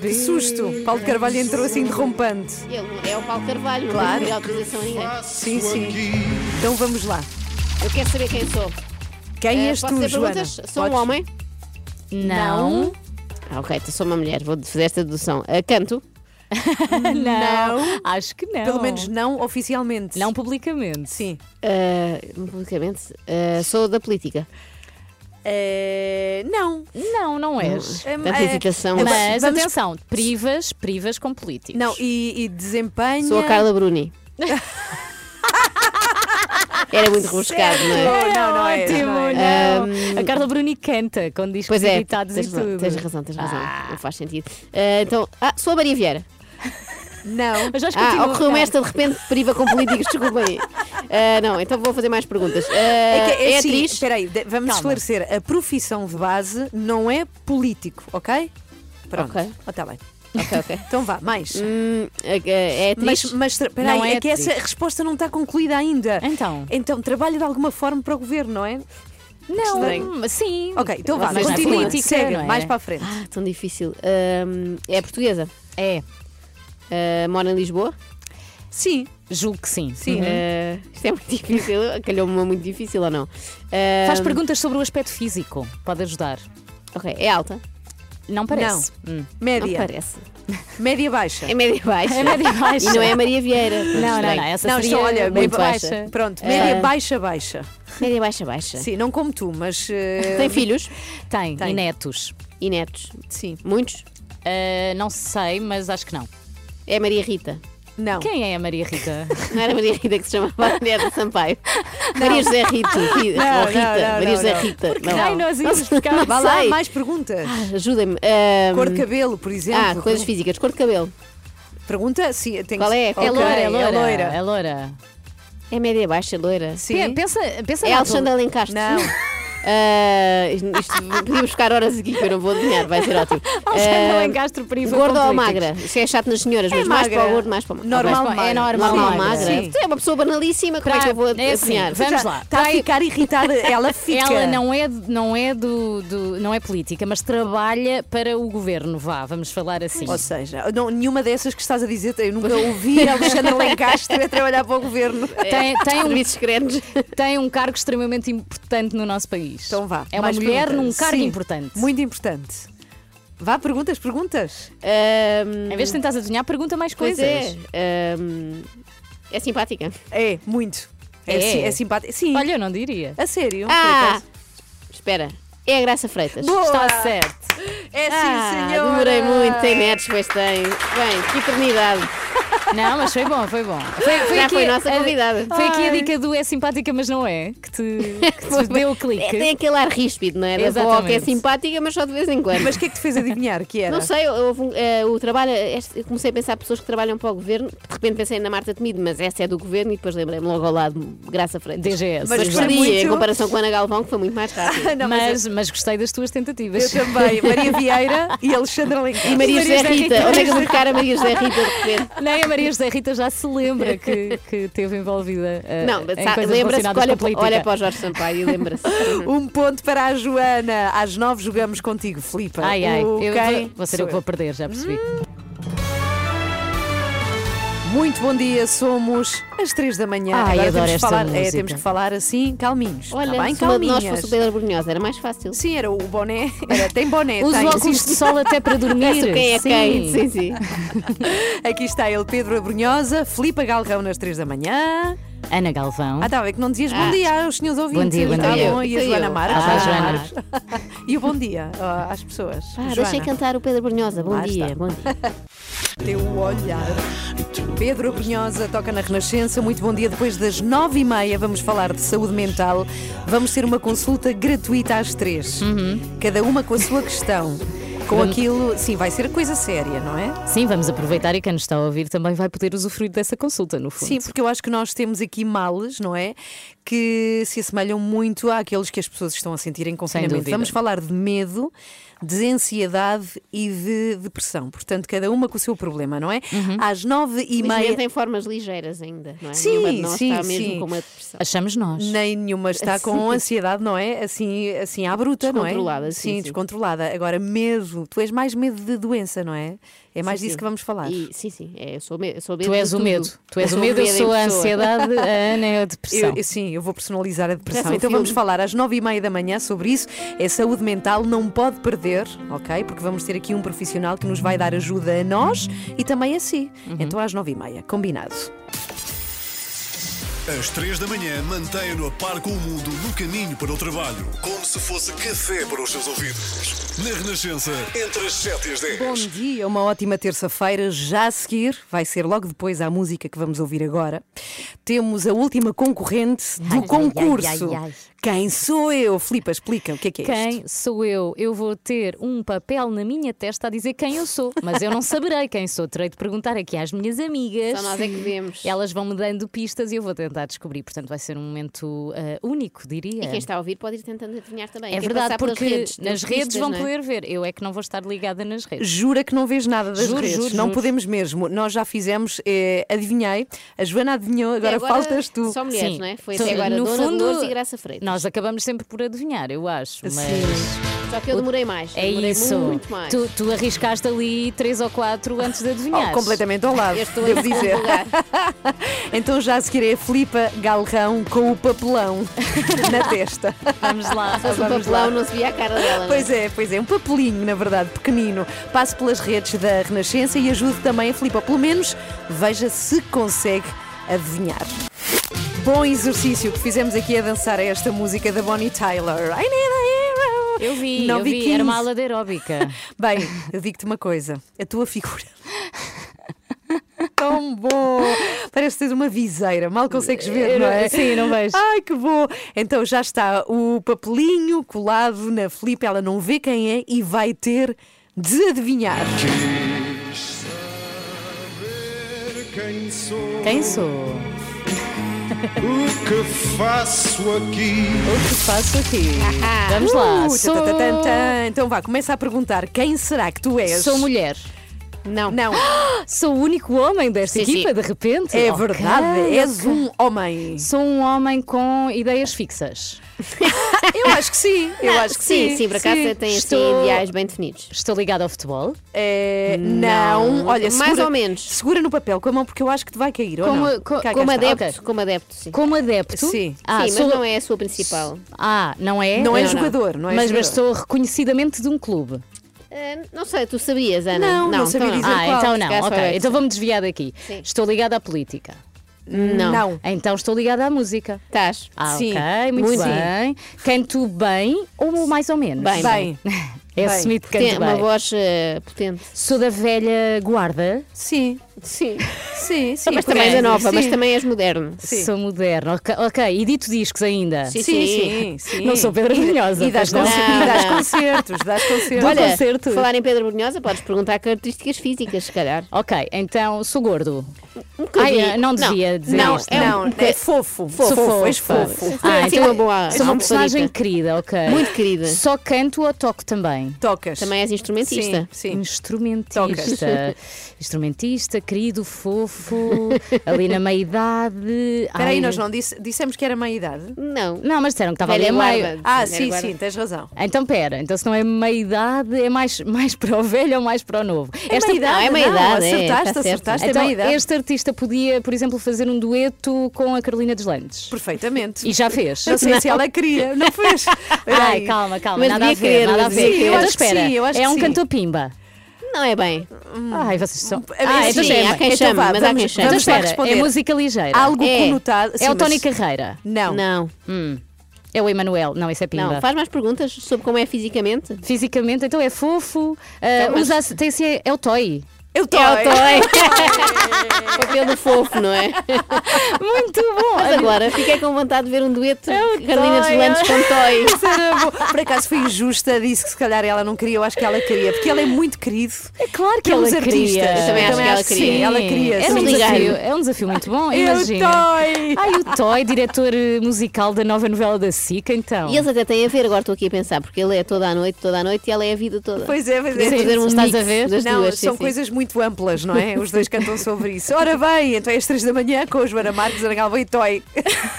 Que susto! Paulo de Carvalho entrou assim derrompante. Ele é o Paulo Carvalho, Claro. não pedir autorização a ninguém. Sim, sim. Então vamos lá. Eu quero saber quem sou. Quem Eh, és posso tu, fazer Joana? perguntas? Sou Podes- um homem? Não. Ah, ok, então sou uma mulher, vou fazer esta dedução. Ah, canto? Não. Não. Acho que não. Pelo menos não oficialmente. Não publicamente. Sim. Ah, publicamente? Ah, sou da política. Eh, não. Não, não és. Hum, Tanta eh, hesitação. agora Mas vamos- atenção, privas, privas com políticos. Não, e, e desempenha. Sou a Carla Bruni. Era muito rebuscado, não é? Não, não, não é, Ótimo, não é. Oh, não. A Carla Bruni canta quando diz Ah, Pois que é, ditados tens e razão, tudo. tens razão, tens razão. Não faz sentido. Ah, então, ah, sou a Maria Vieira. Não. Mas vais Ah, continuar. ocorreu-me esta de repente priva com políticos, desculpem. Ah, não, então vou fazer mais perguntas. Ah, É, que, é, é assim, atriz? Espera aí, de- vamos Calma. esclarecer. A profissão de base não é político, ok? Pronto. Ok. Está bem. Ok, ok. Então vá, mais. Hum, é- é atriz? Mas, mas tra- peraí, Não é é, que essa atriz. resposta não está concluída ainda. Então. Então, trabalha de alguma forma para o governo, não é? Não, estranho. sim. Ok, então vá, Mas não é continua, política, segue, não é? mais para a frente. Ah, tão difícil. Ahm, é portuguesa. É, Ah, mora em Lisboa. Sim, julgo que sim. sim. Ah, isto é muito difícil. Calhou-me uma muito difícil ou não? Ah, Faz perguntas sobre o aspecto físico, pode ajudar. Ok, é alta. Não parece. Não. Média. Não parece. Média baixa. É média baixa. É média baixa. E não é a Maria Vieira. Não, não, Estranho. não, essa Não, seria então, olha, muito média baixa. Pronto, média É. baixa, baixa. Ah. Média baixa, baixa. Sim, não como tu, mas. eh, Tem filhos? Tem, Tem. e netos. E netos? Sim. Muitos? Ah, não sei, mas acho que não. É a Maria Rita. Não. Quem é a Maria Rita? Não era Maria Rita que se chamava Maria Rita Sampaio. Maria José Rito. Rita. Não, ou Rita. não, não, Maria José não. Rita. Porque não, nós íamos Não buscar- sei. Vá lá, mais perguntas. Ah, Ajudem-me. Ahm, Cor de cabelo, por exemplo. Ah, coisas físicas. Cor de cabelo. Pergunta? Sim, tem Qual que... é? Ok, É loira, é loira, É loira. É loira. É média baixa, loira. Pe- Pensa, pensa É na Alexandra Lencastre. Não. Ah, isto- isto- podíamos ficar horas aqui que eu não vou adivinhar, vai ser ótimo. Alexandra Ah, Lencastre priva com gorda ou políticos. magra? Isso é chato nas senhoras, É mas mais magra. para o gordo, mais para o Normal Ok. magra. É normal, Normal magra. magra. Sim. Tu é uma pessoa banalíssima, como é que eu vou É assim, adivinhar? vamos Já lá. Está a ficar irritada, ela fica. Ela não é, não é do, do- não é política, mas trabalha para o governo, vá, vamos falar assim. Ou seja, não, nenhuma dessas que estás a dizer, eu nunca ouvi a Alexandra Lencastre a trabalhar para o governo. É, Tem, tem, um, Serviços grandes. tem um cargo extremamente importante no nosso país. Então vá. É uma mais mulher perguntas. num cargo Sim, importante. Muito importante. Vá, perguntas, perguntas. Ahm, Em vez de tentares adivinhar, pergunta mais pois coisas. é. ahm, é simpática. É, muito. É, É. assim, si- é simpático. Sim, Olha, eu não diria. a sério. por Ah! acaso. Espera. É a Graça Freitas. Boa! Está certo. É sim, Ah, senhora. demorei muito. Tem netos, pois tem. Bem, que eternidade. Não, mas foi bom, foi bom. Foi, Já aqui foi nossa a- convidada. Foi aqui a dica do é simpática, mas não é, que te, que te deu o clique. É, tem aquele ar ríspido, não é? Da avó que é Exatamente. simpática, mas só de vez em quando. Mas o que é que te fez adivinhar que era? Não sei, eu- houve um, eh, o trabalho, este- eu comecei a pensar pessoas que trabalham para o governo, de repente pensei na Marta Temido, mas essa é do governo e depois lembrei-me logo ao lado, Graça Freitas. DGS. Mas Mas exato. gostei perdi muito. em comparação com a Ana Galvão, que foi muito mais rápido. Não, mas mas, mas gostei das tuas tentativas. Eu também. Maria Vieira e Alexandra Lencastre. E Maria José Rita, onde é que eu vou buscar a Maria José Rita de repente? Nem a Maria José Rita já se lembra que, que esteve envolvida eh, Não, em sabe, coisas lembra-se que relacionadas olha, com política. para- olha para o Jorge Sampaio e lembra-se. Um ponto para a Joana. Às nove jogamos contigo, Filipa. Ai, ai, O eu quem vou, vou ser sou eu que vou perder, já percebi. Muito bom dia, somos às três da manhã. Ai, Agora adoro temos que esta falar, é, música. temos que falar assim, calminhos. Olha, tá bem? se uma de nós Calminhas. fosse o Pedro Brunhosa, era mais fácil. Sim, era o boné. Era, tem boné, Uso tem. óculos de sol até para dormir. Parece quem é Sim. quem, sim, sim. Aqui está ele, Pedro Abrunhosa, Filipa Galrão nas três da manhã. Ana Galvão. Ah, tá, é que não dizias bom Ah. dia aos senhores ouvintes. dia, bom Tá dia. bom, e a Então Joana eu. Marques. Ah, a Joana Joana. Marques. e o bom dia ó, às pessoas. Ah, Joana. deixei cantar o Pedro Brunhosa. Bom Lá dia, está. bom dia. Teu olhar. Pedro Abrunhosa toca na Renascença. Muito bom dia. Depois das nove e meia vamos falar de saúde mental. Vamos ter uma consulta gratuita às três. Hum. Cada uma com a sua questão. Com aquilo, sim, vai ser coisa séria, não é? Sim, vamos aproveitar e quem nos está a ouvir também vai poder usufruir dessa consulta, no fundo. Sim, porque eu acho que nós temos aqui males, não é? Que se assemelham muito àqueles que as pessoas estão a sentir em confinamento. dúvida. Vamos falar de medo, de ansiedade e de depressão. Portanto, cada uma com o seu problema, não é? Uhum. Às nove e Mas meia. tem formas ligeiras ainda, não é? Sim, Nenhuma de nós sim, está mesmo sim. com uma depressão. Achamos nós. Nem nenhuma está com ansiedade, não é? Assim, assim à bruta, não é? Descontrolada, sim, sim. descontrolada. Agora, medo. Tu és mais medo de doença, não é? É mais Sim, disso sim. que vamos falar. E- sim, sim, é, eu sou, me, sou medo Tu de és o tudo. medo. Tu és o medo, sou eu sou a em pessoa. ansiedade, a Ana é a Eu, depressão. eu- sim, eu vou personalizar a depressão. Parece um então vamos filme. falar às nove e meia da manhã sobre isso. É saúde mental, não pode perder, ok? Porque vamos ter aqui um profissional que nos vai dar ajuda a nós e também a si. Uhum. Então às nove e meia, combinado. Às 3 da manhã, mantenha-no a par com o mundo no caminho para o trabalho. Como se fosse café para os seus ouvidos. Na Renascença, entre as 7 e as 10. Bom dia, uma ótima terça-feira. Já a seguir, vai ser logo depois à música que vamos ouvir agora. Temos a última concorrente do Ai, ai, concurso. ai, ai, ai. Quem sou eu? Filipa, explica o que é que é isto. Quem sou eu? Eu vou ter um papel na minha testa a dizer quem eu sou, mas eu não saberei quem sou. Terei de perguntar aqui às minhas amigas. Só nós é que vemos. Elas vão me dando pistas e eu vou tentar descobrir. Portanto, vai ser um momento ah, único, diria. E quem está a ouvir pode ir tentando adivinhar também. É Quem verdade, passar pelas porque redes, temos nas redes pistas, vão não é? poder ver. Eu é que não vou estar ligada nas redes. Jura que não vês nada das Juro, redes. juro, não juro. podemos mesmo. Nós já fizemos, eh, adivinhei, a Joana adivinhou, agora, Até faltas tu. Só mulheres, Sim. não é? Foi Sim. até agora No Dona fundo, Dolores e Graça Freitas. Nós acabamos sempre por adivinhar, eu acho. Mas Sim. Só que eu demorei mais. É demorei isso. Muito mais. Tu, tu arriscaste ali três ou quatro antes de adivinhar. Oh, completamente ao lado, Eu estou devo em segundo dizer. lugar. Então já a seguir é a Filipa Galrão com o papelão na testa. Vamos lá. Se fosse um Vamos papelão, lá. não se via a cara dela. Pois é, pois é, um papelinho, na verdade, pequenino. Passe pelas redes da Renascença e ajude também a Filipe, ou pelo menos veja se consegue adivinhar. Bom exercício que fizemos aqui a dançar a esta música da Bonnie Tyler. I need a hero! Eu vi, Não eu vi vi. Era uma 15. ala de aeróbica. Bem, eu digo-te uma coisa: a tua figura. Tão bom! Parece ter uma viseira, mal consegues ver, Eu não não- é? sim, não vejo. Ai, que bom! Então já está o papelinho colado na Filipe, ela não vê quem é e vai ter de adivinhar. Quem sou? Quem sou? O que faço aqui? O que faço aqui? Ah, Vamos Uh, lá. Sou... tan, tan, tan, tan. Então vá, começa a perguntar quem será que tu és? Sou mulher. Não. Não. Sou o único homem desta Sim, equipa, sim. de repente. É Ok, verdade, és ok. um homem. Sou um homem com ideias fixas. Eu acho que sim, eu Não, acho que sim, sim. sim, por acaso tem, assim, ideais bem definidos. Estou ligada ao futebol. É, não. Não. olha, Mais segura, ou menos. Segura no papel com a mão porque eu acho que te vai cair. ou Como- não? co- Cá, cá Como está. adepto, Ok. como adepto, sim. Como adepto. Sim. Ah, sim, sou- mas não é a sua principal. Ah, não é? Não é jogador, não é Mas, mas jogador. sou reconhecidamente de um clube. Ah, não sei, tu sabias, Ana? Não, não sabia então dizer ah, qual. então Se calhar não. só Ok, é. então vou-me desviar daqui. Sim. Estou ligada à política. Não. Não. Então estou ligada à música. Estás. Ah, Sim. ok, muito, Muito. bem. Canto bem ou mais ou menos? Bem, Bem, É bem. Smith canto bem. Tem uma voz eh, potente. Sou da velha guarda, sim, Sim. sim, sim. mas por também aí, é nova, sim. mas também és moderno. Sim. sou moderna. Ok, ok, edito discos ainda. Sim, Sim, sim. sim, sim. é- Não sou Pedro Brunhosa. E das pois não? concertos, e das Ah. não. concertos, das concertos. Olha, concerto. falar em Pedro Brunhosa, podes perguntar características físicas, se calhar. Ok, então sou gordo. Um bocadinho. Ai, é, eh, não devia dizer Não, isto. é não, um é bocadinho- fofo, Sou fofo, fofo, és fofo. é Ah, Sim, então uma boa- sou uma uma personagem favorita. querida, ok. Muito querida. Só canto ou toco também? Tocas. Também és instrumentista. Sim, sim. Instrumentista. Instrumentista, querido, fofo, ali na meia-idade. Espera Ai, aí, nós não disse- dissemos que era meia-idade? Não. Não, mas disseram que estava ali Velha a meio. guarda. Ah, Era sim, guarda. sim, tens razão. Então pera, então se não é meia-idade, é mais, mais para o velho ou mais para o novo? meia-idade, não, é meia-idade, é, Acertaste, tá certo. acertaste, é Então, meia-idade. este artista podia, por exemplo, fazer um dueto com a Carolina dos Landes. Perfeitamente. E já fez. Não sei se ela queria, não fez? Ai, Peraí. calma, calma, Mas nada a ver, devia querer, nada a mas ver. devia querer. Então, Eu acho que espera, sim, eu acho é que um sim. cantor pimba. Não é bem. Ai, vocês são. é Ah, sim, então Sim, espera. há quem Então chame, vá, mas há vamos- quem vamos Então chame. lá espera, responder. é música ligeira. Algo É. conotado. sim, é o Tony mas- Carreira. Não. Não, Hum. É o Emanuel. Não, isso é pimba. não. Faz mais perguntas sobre como é fisicamente. Fisicamente, então é fofo. ah, Então, mas- usa tem -se, é o toy. Eu estou. É o toy. Foi pelo fofo, não é? Muito bom. Mas agora fiquei com vontade de ver um dueto É o Carolina Toy. Deslandes com Toy. Isso era bom. Por acaso foi injusta, disse que se calhar ela não queria, eu acho que ela queria, porque ela é muito querido. É claro que Pelos ela queria. artistas. Eu também acho que ela sim, É queria. ela queria. Era um sim. desafio, é um desafio muito bom, Eu imagina. toy. Ai, o Toy, diretor eh, musical da nova novela da SICA, então. E eles até têm a ver, agora estou aqui a pensar, porque ele é toda a noite, toda a noite e ela é a vida toda. Pois é, pois é. Podemos fazer um estás mix a ver? das Não, duas. sim, são sim. coisas muito amplas, não é? Os dois cantam sobre isso. Ora bem, então é às três da manhã com a Joana Marques, Ana Galvão e Toy.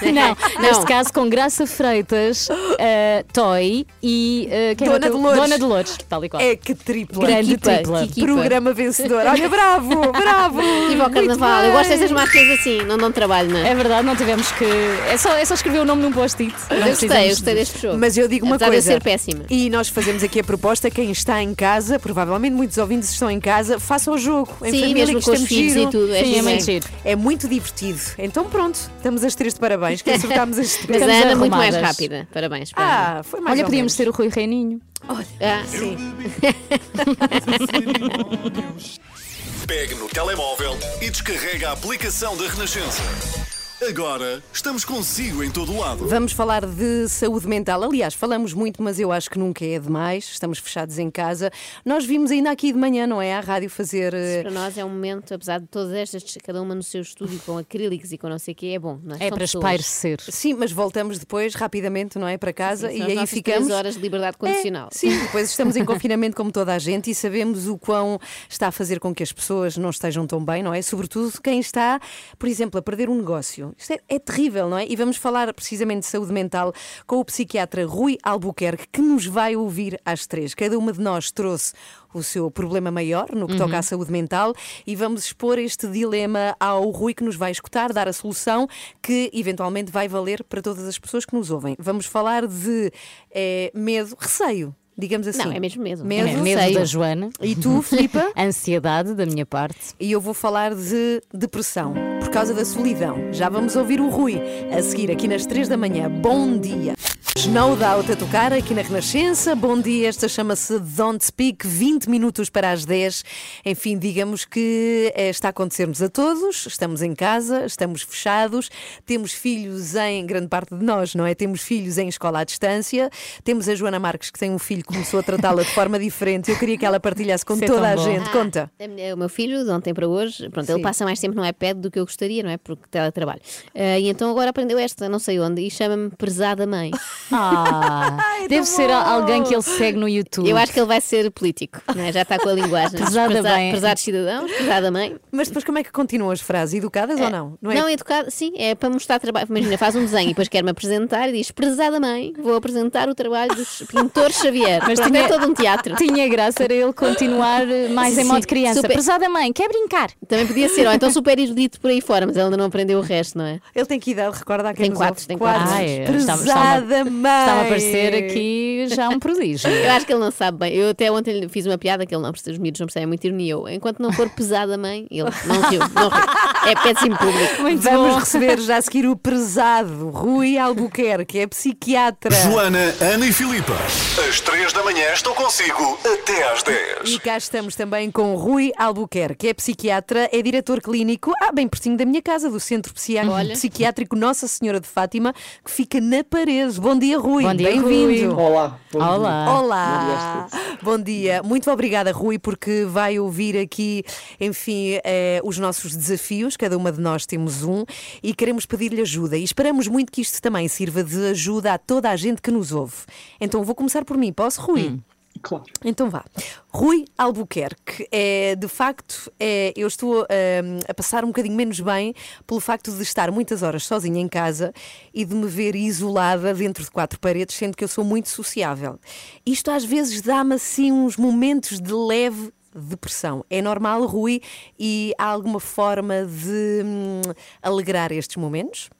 Não, Não. neste caso com Graça Freitas, eh, Toy e eh, quem era Dona o teu- Dolores. Dona Dolores, tal e qual. É que tripla. Grande Que equipa, tripla. que equipa. Programa vencedor. Olha, bravo, bravo. E vou ao carnaval. Eu gosto dessas marcas assim, não dão trabalho, não é? É verdade, não tivemos que. É só, é só escrever o nome num post-it. Não Eu gostei, eu precisamos gostei disso. deste jogo. Mas eu digo uma Apesar de eu coisa. ser péssima. E nós fazemos aqui a proposta: quem está em casa, provavelmente muitos ouvintes estão em casa, faça o jogo. Em Sim, família, mesmo que com os isto é muito filhos giro. e tudo. é Sim, é giro. muito giro. É muito divertido. Então pronto, estamos as três de parabéns, que acertámos as três. Mas a Ficamos Ana, é muito mais arrumadas. rápida. Parabéns. parabéns. Ah, foi mais Olha, ou menos. podíamos ter o Rui Reininho. Ah, Sim. Pegue no telemóvel e descarrega a aplicação da Renascença. Agora estamos consigo em todo lado. Vamos falar de saúde mental. Aliás, falamos muito, mas eu acho que nunca é demais. Estamos fechados em casa. Nós vimos ainda aqui de manhã, não é? À rádio fazer. eh, Para nós é um momento, apesar de todas estas, cada uma no seu estúdio com acrílicos e com não sei o quê, é bom. Não É é São para pessoas. espairecer. Sim, mas voltamos depois rapidamente, não é? Para casa São e as aí nossas ficamos. É, três horas de liberdade condicional. Sim, depois estamos em confinamento como toda a gente e sabemos o quão está a fazer com que as pessoas não estejam tão bem, não é? Sobretudo quem está, por exemplo, a perder um negócio. Isto é, é terrível, não é? E vamos falar precisamente de saúde mental com o psiquiatra Rui Albuquerque, que nos vai ouvir às três. Cada uma de nós trouxe o seu problema maior no que toca à saúde mental e vamos expor este dilema ao Rui que nos vai escutar, dar a solução que eventualmente vai valer para todas as pessoas que nos ouvem. Vamos falar de eh, medo, receio. Digamos assim. Não, é mesmo medo. Medo, É medo receio. da Joana. E tu, Filipa? Ansiedade da minha parte. E eu vou falar de depressão por causa da solidão. Já vamos ouvir o Rui a seguir aqui nas 3 da manhã. Bom dia. No Doubt a tocar aqui na Renascença. Bom dia, esta chama-se Don't Speak, 20 minutos para as 10. Enfim, digamos que eh, está a acontecer-nos a todos. Estamos em casa, estamos fechados, temos filhos em grande parte de nós, não é? Temos filhos em escola à distância. Temos a Joana Marques, que tem um filho que começou a tratá-la de forma diferente. Eu queria que ela partilhasse com Isso é toda tão a bom. gente. Ah, Conta. a minha- O meu filho, de ontem para hoje, pronto, Sim. ele passa mais tempo no iPad do que eu gostaria, não é? Porque teletrabalho. Ah, e então agora aprendeu esta, não sei onde, e chama-me Prezada Mãe. Ah, deve ser a- alguém que ele segue no YouTube. Eu acho que ele vai ser político, não é? já está com a linguagem. Prezada Preza- bem. Prezados cidadãos, prezada mãe. Mas depois como é que continuam as frases? Educadas ou não? Não, é? educado, sim, é para mostrar trabalho. Imagina, faz um desenho e depois quer-me apresentar e diz: Prezada mãe, vou apresentar o trabalho dos pintores Xavier. Mas Mas Pronto, tinha- é todo um teatro. Tinha graça era ele continuar eh, mais em Sim, modo criança. super- Prezada mãe, quer brincar? Também podia ser, ou então super erudito por aí fora, mas ele ainda não aprendeu o resto, não é? Ele tem que idade, recorda a quem Tem nos quatro, ouve. tem quatro. Ah, é, está- está-me- Prezada mãe. Estava a aparecer aqui já um prodígio. Eu acho que ele não sabe bem. Eu até ontem lhe fiz uma piada que ele não percebe, os miúdos não percebem muito ironia. Eu, enquanto não for pesada, mãe, ele não riu, não riu. É péssimo público. assim, Vamos receber já a seguir o prezado Rui Albuquerque, é psiquiatra. Joana, Ana e Filipa. Às 3 da manhã estou consigo até às 10. E cá estamos também com Rui Albuquerque, é psiquiatra, é diretor clínico, ah, bem pertinho da minha casa, do Centro Psi- Olha. Psiquiátrico Nossa Senhora de Fátima, que fica na parede. Bom dia, Rui. Bom dia, Bem-vindo. Rui. Olá, bom dia. Olá. Olá. Bom dia. Muito obrigada, Rui, porque vai ouvir aqui, enfim, eh, os nossos desafios. Cada uma de nós temos um e queremos pedir-lhe ajuda. E esperamos muito que isto também sirva de ajuda a toda a gente que nos ouve. Então vou começar por mim. Posso, Rui? Hum, Claro. Então vá. Rui Albuquerque, é, de facto, é, eu estou hum, a passar um bocadinho menos bem pelo facto de estar muitas horas sozinha em casa e de me ver isolada dentro de quatro paredes, sendo que eu sou muito sociável. Isto às vezes dá-me assim uns momentos de leve depressão. É normal, Rui, e há alguma forma de hum, alegrar estes momentos?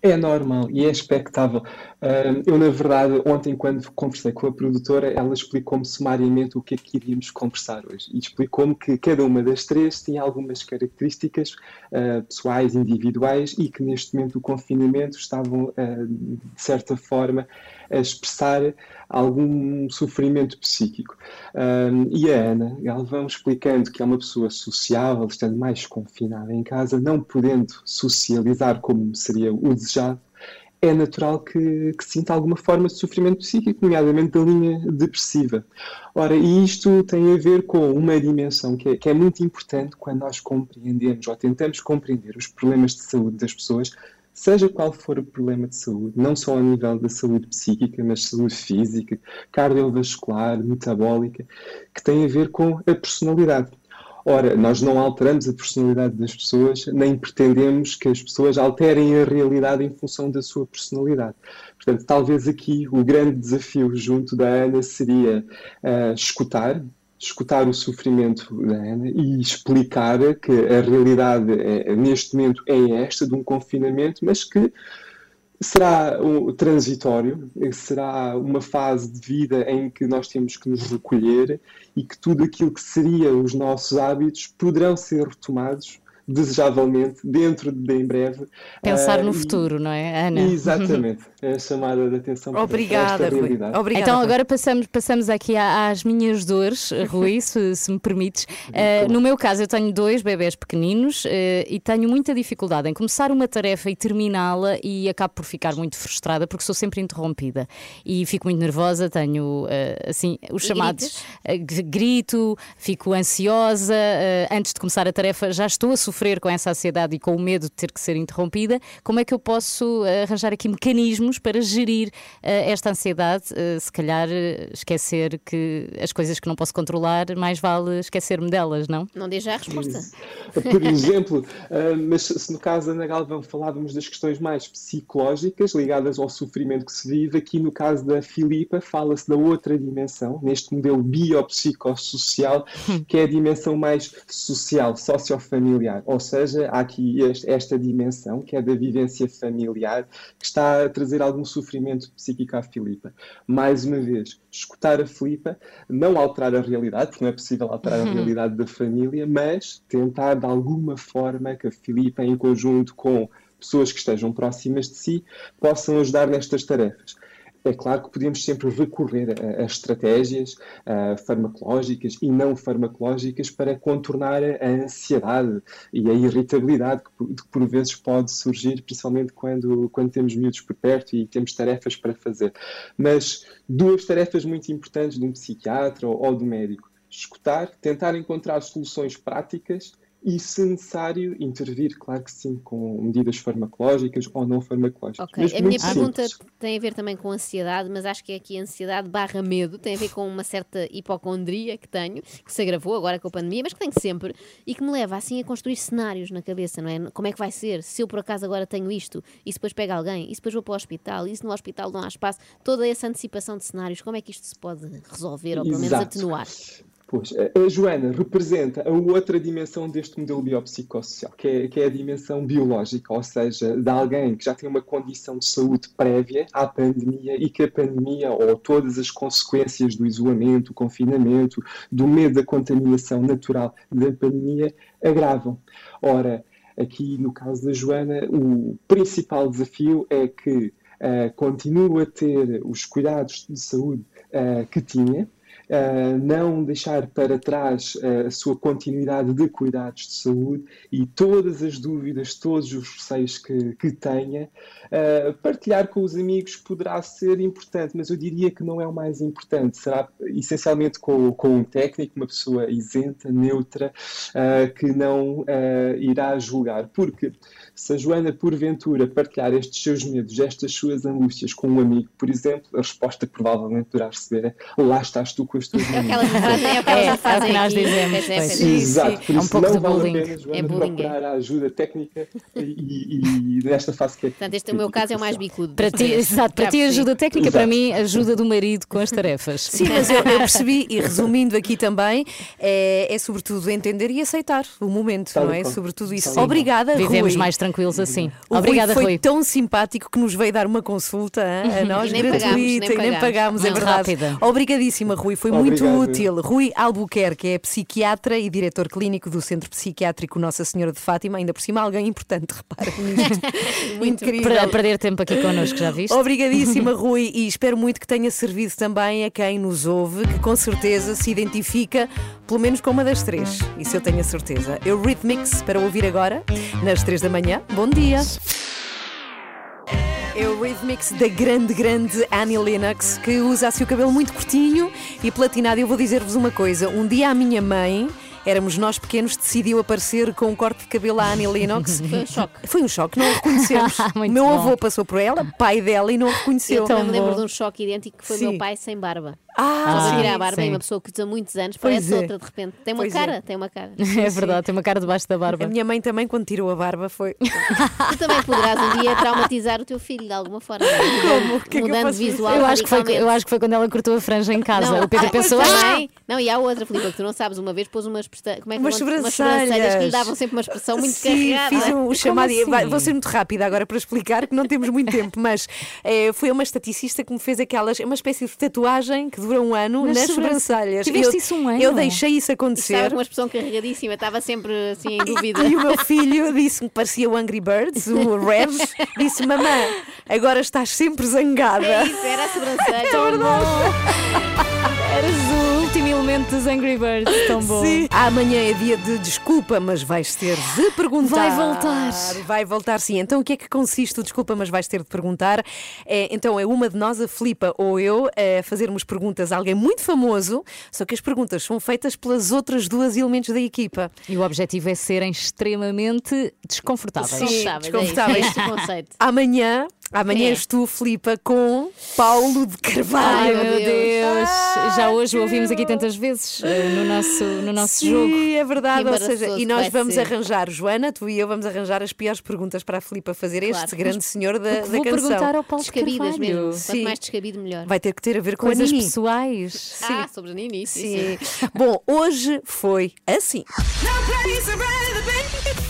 É normal e é expectável. Ahm, Eu, na verdade, ontem, quando conversei com a produtora, ela explicou-me sumariamente o que é que iríamos conversar hoje e explicou-me que cada uma das três tinha algumas características ah, pessoais, individuais e que neste momento do confinamento estavam, ah, de certa forma, a expressar algum sofrimento psíquico. Ahm, e a Ana Galvão explicando que é uma pessoa sociável, estando mais confinada em casa, não podendo socializar como seria o desejado, é natural que, que sinta alguma forma de sofrimento psíquico, nomeadamente da linha depressiva. Ora, e isto tem a ver com uma dimensão que é, que é muito importante quando nós compreendemos ou tentamos compreender os problemas de saúde das pessoas, seja qual for o problema de saúde, não só a nível da saúde psíquica, mas saúde física, cardiovascular, metabólica, que tem a ver com a personalidade. Ora, nós não alteramos a personalidade das pessoas, nem pretendemos que as pessoas alterem a realidade em função da sua personalidade. Portanto, talvez aqui o grande desafio junto da Ana seria ah, escutar, escutar o sofrimento da Ana e explicar que a realidade é- neste momento é esta, de um confinamento, mas que será um transitório, será uma fase de vida em que nós temos que nos recolher e que tudo aquilo que seria os nossos hábitos poderão ser retomados, desejavelmente, dentro de em breve. Pensar Ah, eh, no e- futuro, não é, Ana? Exatamente, é a chamada de atenção para Obrigada, esta Rui. realidade. então agora passamos, passamos aqui à- às minhas dores, Rui, se, se me permites. Eh, no meu caso, eu tenho dois bebés pequeninos eh, e tenho muita dificuldade em começar uma tarefa e terminá-la e acabo por ficar muito frustrada porque sou sempre interrompida e fico muito nervosa, tenho eh, assim os E chamados gritas? eh, g- grito, fico ansiosa, eh, antes de começar a tarefa já estou a sofrer sofrer com essa ansiedade e com o medo de ter que ser interrompida, como é que eu posso arranjar aqui mecanismos para gerir uh, esta ansiedade? Uh, se calhar uh, esquecer que as coisas que não posso controlar, mais vale esquecer-me delas, não? Não dei já a resposta. Por exemplo, ah, mas se no caso da Ana Galvão falávamos das questões mais psicológicas ligadas ao sofrimento que se vive, aqui no caso da Filipa fala-se da outra dimensão, neste modelo biopsicossocial, que é a dimensão mais social, sociofamiliar. Ou seja, há aqui este, esta dimensão, que é da vivência familiar, que está a trazer algum sofrimento psíquico à Filipa. Mais uma vez, escutar a Filipa, não alterar a realidade, porque não é possível alterar a realidade da família, mas tentar de alguma forma que a Filipa, em conjunto com pessoas que estejam próximas de si, possam ajudar nestas tarefas. É claro que podemos sempre recorrer a, a estratégias a, farmacológicas e não farmacológicas para contornar a, ansiedade e a irritabilidade que por, que por vezes pode surgir, principalmente quando, quando temos miúdos por perto e temos tarefas para fazer. Mas duas tarefas muito importantes de um psiquiatra ou, ou do médico: escutar, tentar encontrar soluções práticas e, se necessário, intervir, claro que sim, com medidas farmacológicas ou não farmacológicas. Ok, a minha pergunta simples. tem a ver também com ansiedade, mas acho que é aqui ansiedade barra medo, tem a ver com uma certa hipocondria que tenho, que se agravou agora com a pandemia, mas que tenho sempre, e que me leva assim a construir cenários na cabeça, não é? Como é que vai ser? Se eu por acaso agora tenho isto, e depois pega alguém, e depois vou para o hospital, e se no hospital não há espaço, toda essa antecipação de cenários, como é que isto se pode resolver ou pelo menos Exato. atenuar? Pois, a Joana representa a outra dimensão deste modelo biopsicossocial, que é, que é a dimensão biológica, ou seja, de alguém que já tem uma condição de saúde prévia à pandemia e que a pandemia ou todas as consequências do isolamento, do confinamento, do medo da contaminação natural da pandemia agravam. Ora, aqui no caso da Joana, o principal desafio é que uh, continua a ter os cuidados de saúde uh, que tinha. Uh, não deixar para trás uh, a sua continuidade de cuidados de saúde e todas as dúvidas, todos os receios que, que tenha, uh, partilhar com os amigos poderá ser importante, mas eu diria que não é o mais importante. Será essencialmente com, com um técnico, uma pessoa isenta, neutra, ah, que não ah, irá julgar. Porque se a Joana, porventura, partilhar estes seus medos, estas suas angústias com um amigo, por exemplo, a resposta que provavelmente poderá receber é: lá estás tu com as tuas É o que elas fazem, né? é o que elas já fazem. que nós aqui. dizemos, Pois é, pois. pois é. Exato, por É um isso pouco não de vale bullying. a pena, Joana, É bullying, procurar a ajuda técnica e, e- e nesta fase que é Portanto, este é o meu caso é o mais bicudo. Para ti, exato, para ti ajuda técnica, Exato. para mim ajuda do marido com as tarefas. Sim, mas eu, eu percebi, e resumindo aqui também, é, é sobretudo entender e aceitar o momento, Tal não e é? qual. Sobretudo isso. Sim. Obrigada, Vivemos Rui. mais tranquilos Uhum. assim. O Obrigada, Rui foi Rui. tão simpático que nos veio dar uma consulta hã, a Uhum. nós, E nem gratuita, pagámos, nem e nem pagámos. pagámos, é Muito verdade. rápida. Obrigadíssima, Rui, foi muito Obrigado. útil. Rui Albuquerque é psiquiatra e diretor clínico do Centro Psiquiátrico Nossa Senhora de Fátima, ainda por cima alguém importante, repara nisto. Incrível. Para perder tempo aqui connosco, já viste? Obrigadíssima, Rui, e espero muito que tenha servido também a quem nos ouve, que com certeza se identifica pelo menos com uma das três. Isso eu tenho a certeza. Eu Rhythmics para ouvir agora, nas três da manhã. Bom dia. É o Rhythmics da grande, grande Annie Lennox, que usa assim o cabelo muito curtinho e platinado. Eu vou dizer-vos uma coisa: um dia a minha mãe. Éramos nós pequenos, decidiu aparecer com um corte de cabelo à Annie Lennox. Foi um choque. Foi um choque, não a reconhecemos. Muito Meu bom. avô passou por ela, pai dela, e não a reconheceu. Eu também me lembro de um choque idêntico que foi Sim. meu pai sem barba. Ah, Estás a tirar sim, a barba sim. e uma pessoa que usa muitos anos Pois parece é. outra de repente. Tem uma Pois é. cara, tem uma cara. É verdade, tem uma cara debaixo da A barba. minha mãe também, quando tirou a barba, foi. Tu também poderás um dia traumatizar o teu filho de alguma forma. Como? que é que eu Mudando posso fazer? visual. eu, acho que foi, radicalmente. eu acho que foi quando ela cortou a franja em casa. o Pedro Ah, pensou, pois ah, também. Não, e há outra, Filipe, que tu não sabes. Uma vez pôs umas, pesta... Como é que Umas chamam-se? umas sobrancelhas. sobrancelhas que lhe davam sempre uma expressão muito Sim, carregada. fiz um Como chamado. e vai- assim? Vou ser muito rápida agora para explicar, que não temos muito tempo, mas eh, foi uma estaticista que me fez aquelas. é uma espécie de tatuagem que dura um ano Nas nas, sobrancelhas. sobrancelhas. Tiveste Eu- isso um ano? Eu deixei isso Estava acontecer. com uma expressão carregadíssima, estava sempre assim em dúvida. E o meu filho disse-me que parecia o Angry Birds, o Rebs, disse: Mamã, agora estás sempre zangada. É isso, era a sobrancelha. É verdade. Eras o último elemento dos Angry Birds, tão bom. Sim. Amanhã é dia de desculpa, mas vais ter de perguntar. Vai voltar. Vai voltar, sim. Então o que é que consiste o desculpa, mas vais ter de perguntar? É, então é uma de nós, a Filipa ou eu, a fazermos perguntas a alguém muito famoso, só que as perguntas são feitas pelas outras duas elementos da equipa. E o objetivo é serem extremamente desconfortáveis. Sim, desconfortáveis. é este o conceito. Amanhã, amanhã É. és tu, Filipa, com Paulo de Ai Carvalho. meu Deus! Já hoje o ouvimos aqui tantas vezes eh, no nosso, no nosso Sim, jogo. é verdade. Que Ou seja, e embaraçoso nós vai vamos ser. arranjar, Joana, tu e eu vamos arranjar as piores perguntas para a Filipa fazer, este Claro. grande senhor da, O que da vou canção. perguntar ao Paulo de Descabidas Carvalho. mesmo. Sim. Quanto mais descabido, melhor. Vai ter que ter a ver com Coisas a Nini. pessoais. Ah, sobre a Nini. Sim. Bom, hoje foi assim.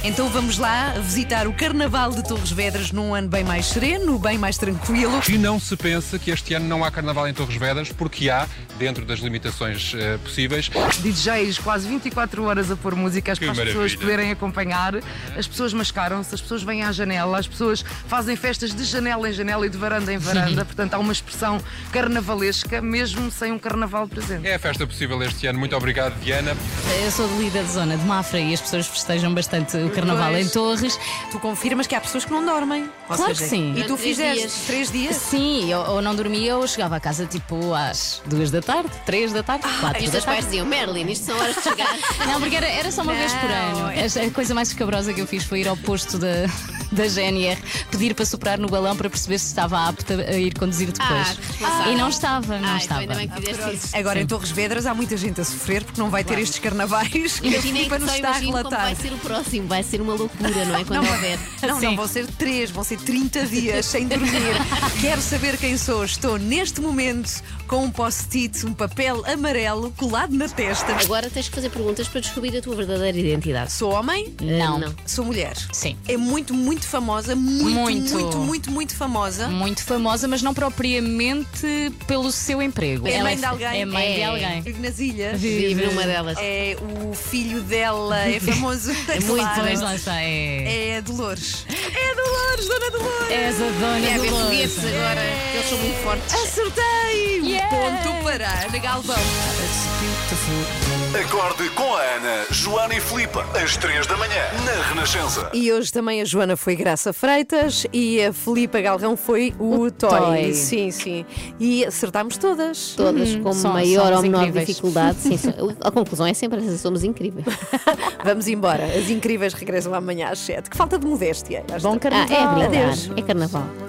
Então vamos lá visitar o Carnaval de Torres Vedras num ano bem mais sereno, bem mais tranquilo. E não se pense que este ano não há carnaval em Torres Vedras, porque há, dentro das limitações eh, possíveis. DJs quase 24 horas a pôr músicas Que para as pessoas maravilha. poderem acompanhar. As pessoas mascaram-se, as pessoas vêm à janela, as pessoas fazem festas de janela em janela e de varanda em varanda. Portanto, há uma expressão carnavalesca, mesmo sem um carnaval presente. É a festa possível este ano. Muito obrigado, Diana. Eu sou de líder da zona de Mafra e as pessoas festejam bastante o carnaval Pois. em Torres. Tu confirmas que há pessoas que não dormem. Ou Claro seja, que sim. E tu fizeste três dias? Sim, eu- ou não dormia ou chegava a casa tipo às duas da tarde, três da tarde, quatro e os da teus pais tarde. diziam, Merlin, isto são horas de chegar. Não, porque era, era só uma vez por Não, ano. A- A coisa mais escabrosa que eu fiz foi ir ao posto da, da GNR pedir para soprar no balão para perceber se estava apta a ir conduzir depois. e não estava, Ah, então não estava. Agora Sim. em Torres Vedras há muita gente a sofrer porque não vai ter estes carnavais que a Imaginem Filipa que nos só está a imagino como relatar. vai ser o próximo. Vai ser uma loucura, não é? Quando não, houver. Não, não, vão ser três, vão ser 30 dias sem dormir. Quero saber quem sou. Estou neste momento com um post-it, um papel amarelo colado na testa. Agora tens que fazer perguntas para descobrir a tua verdadeira identidade. Sou homem? Não. Não. Sou mulher? Sim. É muito, muito famosa, muito, Muito. muito, muito, muito, famosa. Muito famosa, mas não propriamente pelo seu emprego. É Ela mãe de alguém. É mãe de É. alguém. Vive nas ilhas. Vive Vive. numa delas. É o filho dela, é famoso. É muito Claro. Pois lá está, é. É a Dolores. É a Dolores, Dona Dolores. És a Dona É, Dolores. foguetes agora, É. que eles são muito fortes. Acertei! Ponto para a Ana Galvão. Acorde com a Ana, Joana e Filipa, às 3 da manhã, na Renascença. E hoje também a Joana foi Graça Freitas e a Filipa Galrão foi o, Toy. Toy. Sim, sim. E acertámos todas. Todas Hum, com só- maior somos ou menor incríveis. dificuldade. Sim, so- a conclusão é sempre essa: somos incríveis. Vamos embora. As incríveis regressam amanhã às 7. Que falta de modéstia. Bom carnaval. Ah, é, Adeus. brincar. é carnaval.